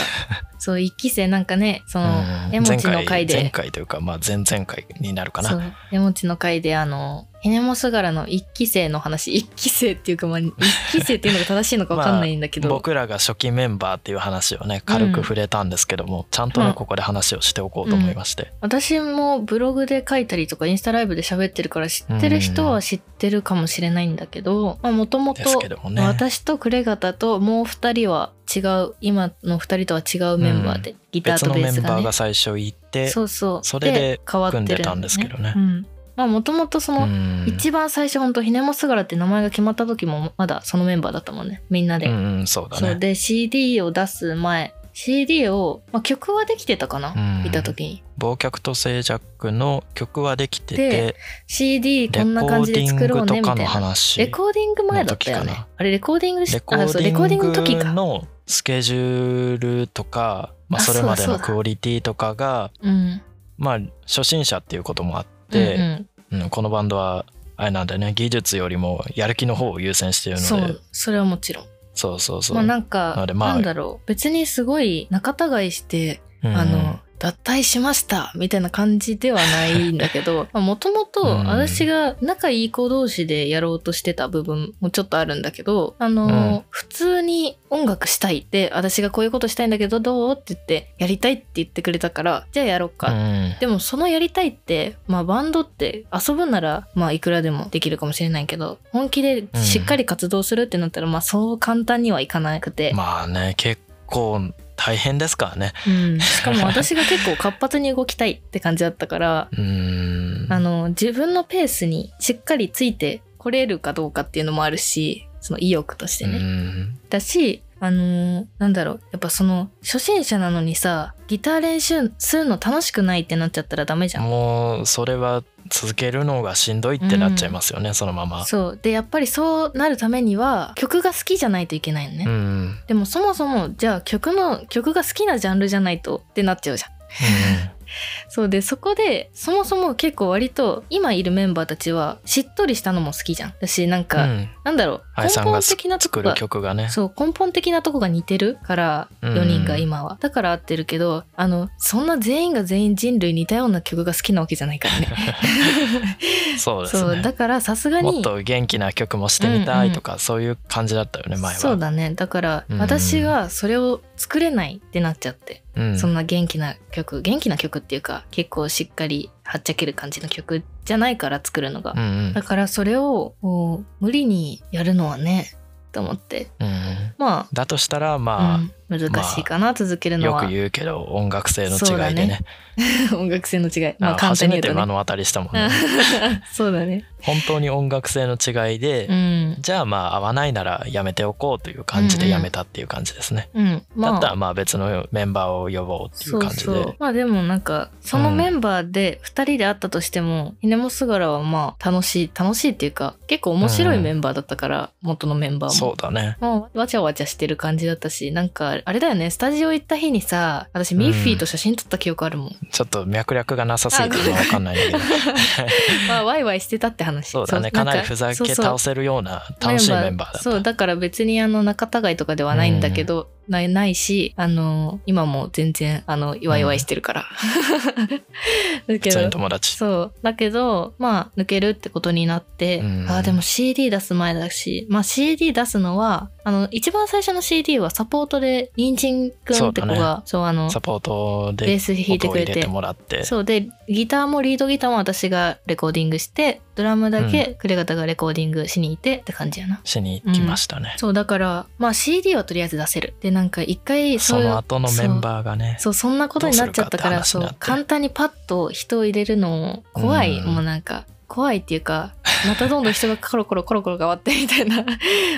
Speaker 1: そう一期生なんかねその
Speaker 2: うん
Speaker 1: 絵文字の回
Speaker 2: 前
Speaker 1: で
Speaker 2: 回というかまあ前々回になるか
Speaker 1: そ
Speaker 2: な
Speaker 1: う絵文字の回であのヘネモスガラの一期生の話一期生っていうかまあ一期生っていうのが正しいのかわかんないんだけど、
Speaker 2: 僕らが初期メンバーっていう話をね軽く触れたんですけども、ちゃんとねここで話をしておこうと思いまして、
Speaker 1: 私もブログで書いたりとかインスタライブで喋ってるから知ってる人は知ってるかもしれないんだけどもともと
Speaker 2: ですけどもね
Speaker 1: 私とクレガタともう2人は違う今の2人とは違うメンバーで、ギター
Speaker 2: 別
Speaker 1: と
Speaker 2: の
Speaker 1: ベ
Speaker 2: メ
Speaker 1: ー
Speaker 2: ン
Speaker 1: スが
Speaker 2: バー
Speaker 1: ね
Speaker 2: が最初行って
Speaker 1: そうそう
Speaker 2: それで
Speaker 1: 変わってるだよ
Speaker 2: 組んでたんですけどね
Speaker 1: うんまあもともとその、
Speaker 2: うん
Speaker 1: 一番最初ほんとひねもすがらって名前が決まった時もまだそのメンバーだったもんねみんなで、
Speaker 2: うんうんそうだ
Speaker 1: そう
Speaker 2: ね
Speaker 1: で CD を出す前 CD を、まあ、曲はできてたかな、
Speaker 2: うん
Speaker 1: いた時に
Speaker 2: 忘却と静寂の曲はできて
Speaker 1: で
Speaker 2: て
Speaker 1: CD
Speaker 2: レコ
Speaker 1: こんな感
Speaker 2: ー
Speaker 1: じ
Speaker 2: デ
Speaker 1: で
Speaker 2: ィン
Speaker 1: 作ろうね
Speaker 2: グと
Speaker 1: みた
Speaker 2: か
Speaker 1: い
Speaker 2: の
Speaker 1: な
Speaker 2: 話
Speaker 1: レコーディング前だったよ
Speaker 2: の時か
Speaker 1: ね
Speaker 2: な
Speaker 1: あれレコーディングし
Speaker 2: レコー
Speaker 1: あそう
Speaker 2: デ
Speaker 1: レコーデ
Speaker 2: ィ
Speaker 1: ィン
Speaker 2: ン
Speaker 1: グの時
Speaker 2: グ
Speaker 1: か
Speaker 2: のスケジュールとか、まあ、
Speaker 1: あ
Speaker 2: それまで
Speaker 1: そうだそう
Speaker 2: の
Speaker 1: だ
Speaker 2: クオリティとかが
Speaker 1: うん
Speaker 2: まあ初心者っていうこともあっ
Speaker 1: うん
Speaker 2: て、
Speaker 1: うん
Speaker 2: うんこのバンドはあれなんだよね技術よりもやる気の方を優先しているので
Speaker 1: そ
Speaker 2: そう
Speaker 1: うそれはもちろん
Speaker 2: そうそう
Speaker 1: まあなんか
Speaker 2: なのでまあ
Speaker 1: なんだろう別にすごい仲違いして
Speaker 2: うん
Speaker 1: あの、脱退しましたみたいな感じではないんだけ ど、もともと
Speaker 2: うん
Speaker 1: 私が仲いい子同士でやろうとしてた部分もちょっとあるんだけど、あのー、
Speaker 2: うん
Speaker 1: 普通に音楽したいって、私がこういうことしたいんだけどどうって言って、やりたいって言ってくれたから、じゃあやろうか。
Speaker 2: うん
Speaker 1: でもそのやりたいって、まあバンドって遊ぶなら、まあいくらでもできるかもしれないけど、本気でしっかり活動するってなったら、まあそう簡単にはいかなくて、
Speaker 2: まあね結構大変ですからね
Speaker 1: うん、しかも私が結構活発に動きたいって感じだったから、
Speaker 2: うん
Speaker 1: あの自分のペースにしっかりついてこれるかどうかっていうのもあるしその意欲としてね、
Speaker 2: うん
Speaker 1: だしあのーなんだろうやっぱその初心者なのにさギター練習するの楽しくないってなっちゃったらダメじゃん。
Speaker 2: もうそれは続けるのがしんどいってなっちゃいますよね、そのまま。
Speaker 1: そうでやっぱりそうなるためには曲が好きじゃないといけないのね、
Speaker 2: うんうん
Speaker 1: でもそもそもじゃあ曲の曲が好きなジャンルじゃないとってなっちゃうじゃんそうでそこでそもそも結構割と今いるメンバーたちはしっとりしたのも好きじゃんだしなん
Speaker 2: う
Speaker 1: か、
Speaker 2: ん、
Speaker 1: なんだろう
Speaker 2: 愛
Speaker 1: 根
Speaker 2: さんが
Speaker 1: 本
Speaker 2: す
Speaker 1: 的なと
Speaker 2: 作
Speaker 1: こ
Speaker 2: る
Speaker 1: が
Speaker 2: 曲がね
Speaker 1: そう根本的なとこが似てるから
Speaker 2: うん
Speaker 1: 4人が今は、だから合ってるけどあのそんな全員が全員人類似たような曲が好きなわけじゃないからね
Speaker 2: そうです
Speaker 1: そう
Speaker 2: ね
Speaker 1: だからさすがに
Speaker 2: もっと元気な曲もしてみたいとか、そういう感じだったよね前は
Speaker 1: そうだねだから
Speaker 2: うん
Speaker 1: 私がそれを作れないってなっちゃって、
Speaker 2: うん
Speaker 1: そんな元気な曲元気な曲っていうか結構しっかりはっちゃける感じの曲じゃないから作るのが、
Speaker 2: うんうん
Speaker 1: だからそれをこう無理にやるのはねと思って
Speaker 2: うん
Speaker 1: まあ
Speaker 2: だとしたらま
Speaker 1: うん、難しいかな、続ける
Speaker 2: あ
Speaker 1: の
Speaker 2: よ
Speaker 1: は
Speaker 2: く言うけど音楽性の
Speaker 1: そうだ
Speaker 2: 違いでね
Speaker 1: ね 音楽性の違いまあ
Speaker 2: あ
Speaker 1: 簡
Speaker 2: 初
Speaker 1: 単に
Speaker 2: めて
Speaker 1: 言うと
Speaker 2: 目
Speaker 1: ね
Speaker 2: の当たりしたもんね
Speaker 1: そうだね
Speaker 2: 本当に音楽性の違いで、
Speaker 1: うん
Speaker 2: じゃあまあ合わないならやめておこうという感じでやめたっていう感じですね、
Speaker 1: うんまあ
Speaker 2: だったらまあ別のメンバーを呼ぼうっていう
Speaker 1: そう
Speaker 2: 感じで
Speaker 1: そうまあでもなんかそのメンバーで2人で会ったとしても、ひねもすがらはまあ楽しい楽しいっていうか結構面白いメンバーだったから、元のメンバーも
Speaker 2: そうだね
Speaker 1: もうわちゃわちゃしてる感じだったしなんかあれだよねスタジオ行った日にさ私ミッフィーと写真撮った記憶あるもん、
Speaker 2: ちょっと脈略がなさすぎて
Speaker 1: あ
Speaker 2: 今わかんないんだけ ど
Speaker 1: まあワイワイしてたって話
Speaker 2: そうだ
Speaker 1: な
Speaker 2: ねか
Speaker 1: ん
Speaker 2: なりふざ
Speaker 1: そう
Speaker 2: け
Speaker 1: そう
Speaker 2: 倒せるような楽しいメンバーだった
Speaker 1: そうだから別にあの仲違いとかではないんだけど、ないないしあの今も全然あのいわいわいしてるから、 だ
Speaker 2: 普
Speaker 1: け
Speaker 2: 通に
Speaker 1: ど
Speaker 2: 友達
Speaker 1: そうだけどまあ抜けるってことになって、
Speaker 2: うん
Speaker 1: あーでも CD 出す前だしまあ CD 出すのはあの一番最初の CD はサポートでにんじんくんって子
Speaker 2: そうだ
Speaker 1: がそう,、あの
Speaker 2: サポート
Speaker 1: ベー
Speaker 2: で
Speaker 1: ス弾いて
Speaker 2: 音を
Speaker 1: く
Speaker 2: 入
Speaker 1: れ
Speaker 2: れ
Speaker 1: て
Speaker 2: てもらって
Speaker 1: そうでギターもリードギターも私がレコーディングしてドラムだけクレガタがレコーディングしに行ってって感じやな、
Speaker 2: しに行きましたね、
Speaker 1: そうだからまあ CD はとりあえず出せるでなんか一回そ
Speaker 2: そう
Speaker 1: いう
Speaker 2: の後のメンバーがね
Speaker 1: そうそんなことになっちゃったから
Speaker 2: どうす
Speaker 1: そ
Speaker 2: るかって話になっ
Speaker 1: う簡
Speaker 2: て
Speaker 1: 単にパッと人を入れるの怖い、
Speaker 2: うん
Speaker 1: もうなんか怖いっていうかまたどんどん人がコロコロコロコロ変わってみたいな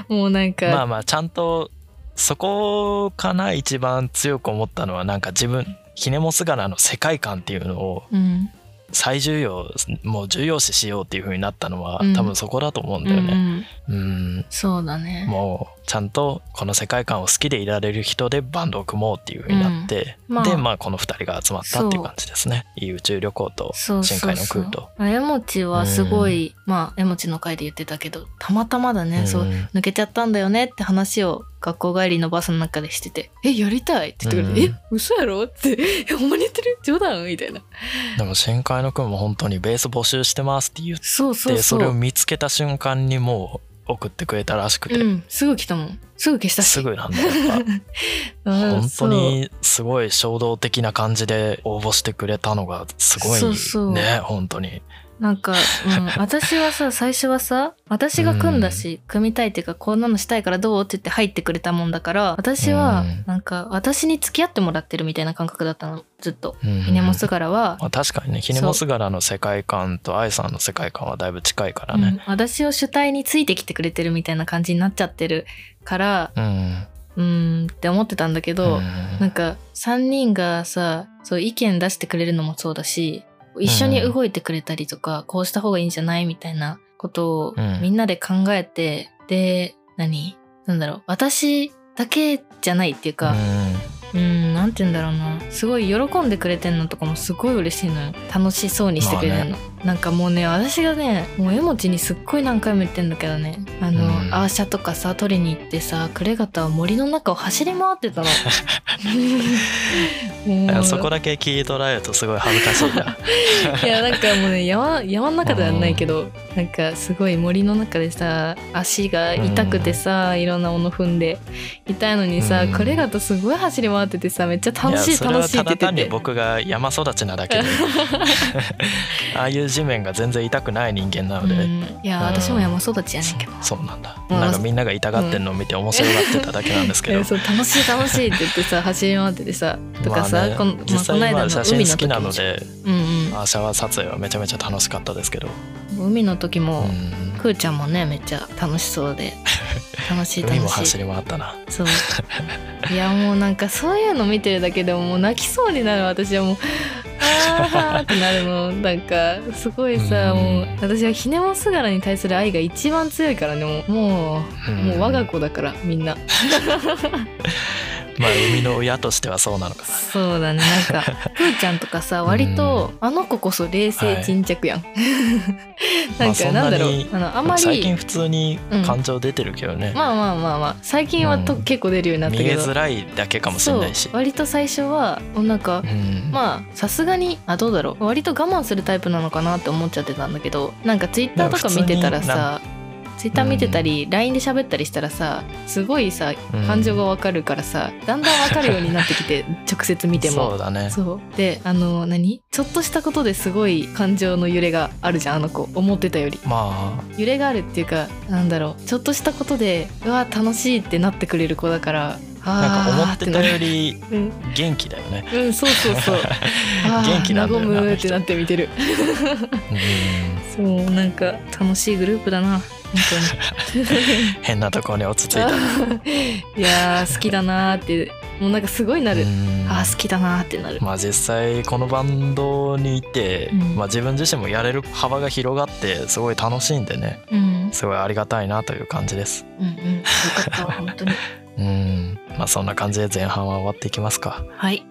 Speaker 1: もうなんか、
Speaker 2: まあまあちゃんとそこかな一番強く思ったのはなんか自分ひねもすがらの世界観っていうのを
Speaker 1: うん、
Speaker 2: 最重要もう重要視しようっていう風になったのは、
Speaker 1: うん
Speaker 2: 多分そこだと思う
Speaker 1: う
Speaker 2: ん
Speaker 1: ん
Speaker 2: だよね。
Speaker 1: うん
Speaker 2: うん
Speaker 1: そうだね
Speaker 2: もうちゃんとこの世界観を好きでいられる人でバンドを組もうっていう風になって、
Speaker 1: うんまあ
Speaker 2: でまあこの2人が集まったっていう感じですねいい宇宙旅行と
Speaker 1: そう
Speaker 2: 深
Speaker 1: そう
Speaker 2: 海の
Speaker 1: そ
Speaker 2: 空
Speaker 1: う
Speaker 2: と。
Speaker 1: あ絵持ちはすごい、まあ絵持ちの回で言ってたけどたまたまだね、そう
Speaker 2: うん
Speaker 1: 抜けちゃったんだよねって話を学校帰りのバスの中でしてて「えやりたい」って言ってくれて「
Speaker 2: うん
Speaker 1: え嘘やろ?」って「えほんまに言ってる冗談?」みたいな
Speaker 2: でも深海の空も本当にベース募集してますって言って
Speaker 1: そう
Speaker 2: そ
Speaker 1: そうそう
Speaker 2: れを見つけた瞬間にもう送ってくれたらしくて、
Speaker 1: うんすぐ来たもんすぐ消したし
Speaker 2: すぐなんだやっぱ
Speaker 1: うん
Speaker 2: 本
Speaker 1: そ
Speaker 2: 当
Speaker 1: う
Speaker 2: にすごい衝動的な感じで応募してくれたのがすごい
Speaker 1: そうそう
Speaker 2: ね本当に
Speaker 1: なんか、うん、私はさ最初はさ私が組んだし、組みたいっていうかこんなのしたいからどうって言って入ってくれたもんだから私は
Speaker 2: うん
Speaker 1: なんか私に付き合ってもらってるみたいな感覚だったのずっと。
Speaker 2: うん
Speaker 1: ひねもすがらは、
Speaker 2: まあ、確かにねひねもすがらの世界観と愛さんの世界観はだいぶ近いから
Speaker 1: う
Speaker 2: ね
Speaker 1: ん、私を主体についてきてくれてるみたいな感じになっちゃってるから
Speaker 2: うん
Speaker 1: うーんって思ってたんだけど、
Speaker 2: うん
Speaker 1: なんか3人がさそう意見出してくれるのもそうだし一緒に動いてくれたりとか、こうした方がいいんじゃないみたいなことを
Speaker 2: うん
Speaker 1: みんなで考えて、で何なんだろう私だけじゃないっていうか、うん、なんて言うんだろうなすごい喜んでくれてんのとかもすごい嬉しいのよ楽しそうにしてくれてんの、なんかもうね私がねもう絵文字にすっごい何回も言ってんだけどねあの、
Speaker 2: うん
Speaker 1: アーシャとかさ取りに行ってさクレガタは森の中を走り回っ てたの
Speaker 2: うん
Speaker 1: もう
Speaker 2: そこだけ切り取られるとすごい恥ずかしい な
Speaker 1: いやなんかもうね山山の中ではないけど、なんかすごい森の中でさ足が痛くてさ、いろんなもの踏んで痛いのにさ、
Speaker 2: うん
Speaker 1: クレガタすごい走り回っててさめっちゃ楽し
Speaker 2: や
Speaker 1: い
Speaker 2: それは
Speaker 1: 楽しい
Speaker 2: た
Speaker 1: って言
Speaker 2: だ
Speaker 1: って
Speaker 2: 単に
Speaker 1: て。
Speaker 2: 僕が山育ちなだけ でああいう地面が全然痛くない人間なので、
Speaker 1: うん、いや、
Speaker 2: うん
Speaker 1: 私も山育ちやねんけど。
Speaker 2: そうなんだ、
Speaker 1: うん
Speaker 2: なんかみんなが痛がってんのを見て面白がってただけなんですけど、
Speaker 1: えそう楽しい楽しいって言って さ走り回っててさとかさ、
Speaker 2: まあね
Speaker 1: このまあこ
Speaker 2: 実
Speaker 1: の
Speaker 2: 際ま
Speaker 1: 間
Speaker 2: あ
Speaker 1: の
Speaker 2: 写
Speaker 1: 海
Speaker 2: 真
Speaker 1: の
Speaker 2: 好
Speaker 1: 時
Speaker 2: きな
Speaker 1: も
Speaker 2: ので
Speaker 1: うん
Speaker 2: あシャワー撮影はめちゃめちゃ楽しかったですけど、
Speaker 1: うん、海の時
Speaker 2: う
Speaker 1: も、
Speaker 2: ん、
Speaker 1: くーちゃんもねめっちゃ楽しそう で楽しい楽
Speaker 2: 海も
Speaker 1: し
Speaker 2: 走
Speaker 1: い
Speaker 2: り回ったな
Speaker 1: そういやもうなんかそういうの見てるだけでももう泣きそうになる私はもうあーってなるのなんかすごいさ、
Speaker 2: うん
Speaker 1: もう私はひねもすがらに対する愛が一番強いからねもうもう,、もう我が
Speaker 2: 子
Speaker 1: 子だからみんな
Speaker 2: まあ海の親としてはそうなのかな
Speaker 1: そうだねなん かプーちゃんとかさ割とあの子こそ冷静沈着やん、 なんかなんだろう
Speaker 2: まあそんなに
Speaker 1: あのあんま
Speaker 2: 最近
Speaker 1: り
Speaker 2: 普通に感情出てるけどね、
Speaker 1: まあまあまあまあ最近はと
Speaker 2: うん
Speaker 1: 結構出るようになった
Speaker 2: 見
Speaker 1: けど、
Speaker 2: えづらいだけかもしれないし
Speaker 1: そう割と最初はもうなんか
Speaker 2: うん
Speaker 1: まあさすがにあどうだろう割と我慢するタイプなのかなって思っちゃってたんだけどなんかツイッターとか見てたらさツイッター見てたり LINE で喋ったりしたらさすごいさ
Speaker 2: うん
Speaker 1: 感情がわかるからさだんだんわかるようになってき て直接見ても
Speaker 2: そうだね
Speaker 1: そうであの何ちょっとしたことですごい感情の揺れがあるじゃんあの子思ってたより
Speaker 2: ま
Speaker 1: 揺れがあるっていうかなんだろうちょっとしたことでうわ楽しいってなってくれる子だから
Speaker 2: あなんか思
Speaker 1: あー
Speaker 2: っ
Speaker 1: って
Speaker 2: て
Speaker 1: な
Speaker 2: たよ
Speaker 1: る
Speaker 2: り
Speaker 1: うん、
Speaker 2: 元気だよね、
Speaker 1: うん、そうそう そうあー
Speaker 2: 元気なんだよな
Speaker 1: 和
Speaker 2: あ
Speaker 1: む
Speaker 2: の
Speaker 1: って
Speaker 2: 人
Speaker 1: なって見てる
Speaker 2: うん
Speaker 1: そうなんか楽しいグループ だな本
Speaker 2: 変なところに落ち着い
Speaker 1: 当
Speaker 2: た
Speaker 1: にいやー好きだなーってもうなんかすごいなる、
Speaker 2: うん
Speaker 1: あー好きだなーってなる
Speaker 2: まあ実際このバンドにいて、
Speaker 1: うん
Speaker 2: まあ、自分自身もやれる幅が広がってすごい楽しいんでね
Speaker 1: うん
Speaker 2: すごいありがたいなという感じです
Speaker 1: うんうんよかったわ本当に
Speaker 2: うんまあそんな感じで前半は終わっていきますか
Speaker 1: はい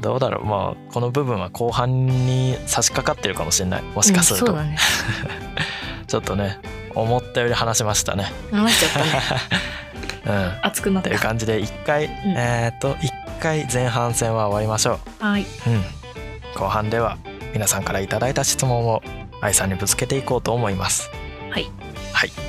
Speaker 2: どうだろうまあこの部分は後半に差し掛かってるかもしれないも
Speaker 1: も
Speaker 2: しかする
Speaker 1: そ
Speaker 2: と、
Speaker 1: うだね
Speaker 2: ちょっとね思ったより話しましたね
Speaker 1: 話しちゃったね
Speaker 2: うん
Speaker 1: 熱くなっ
Speaker 2: という
Speaker 1: た。
Speaker 2: 感じで一回、
Speaker 1: ん
Speaker 2: えっと一回前半戦は終わりましょ
Speaker 1: はい。
Speaker 2: う、うん、後半では皆さんからいただいた質問を愛さんにぶつけていこうと思います
Speaker 1: はい、
Speaker 2: はい、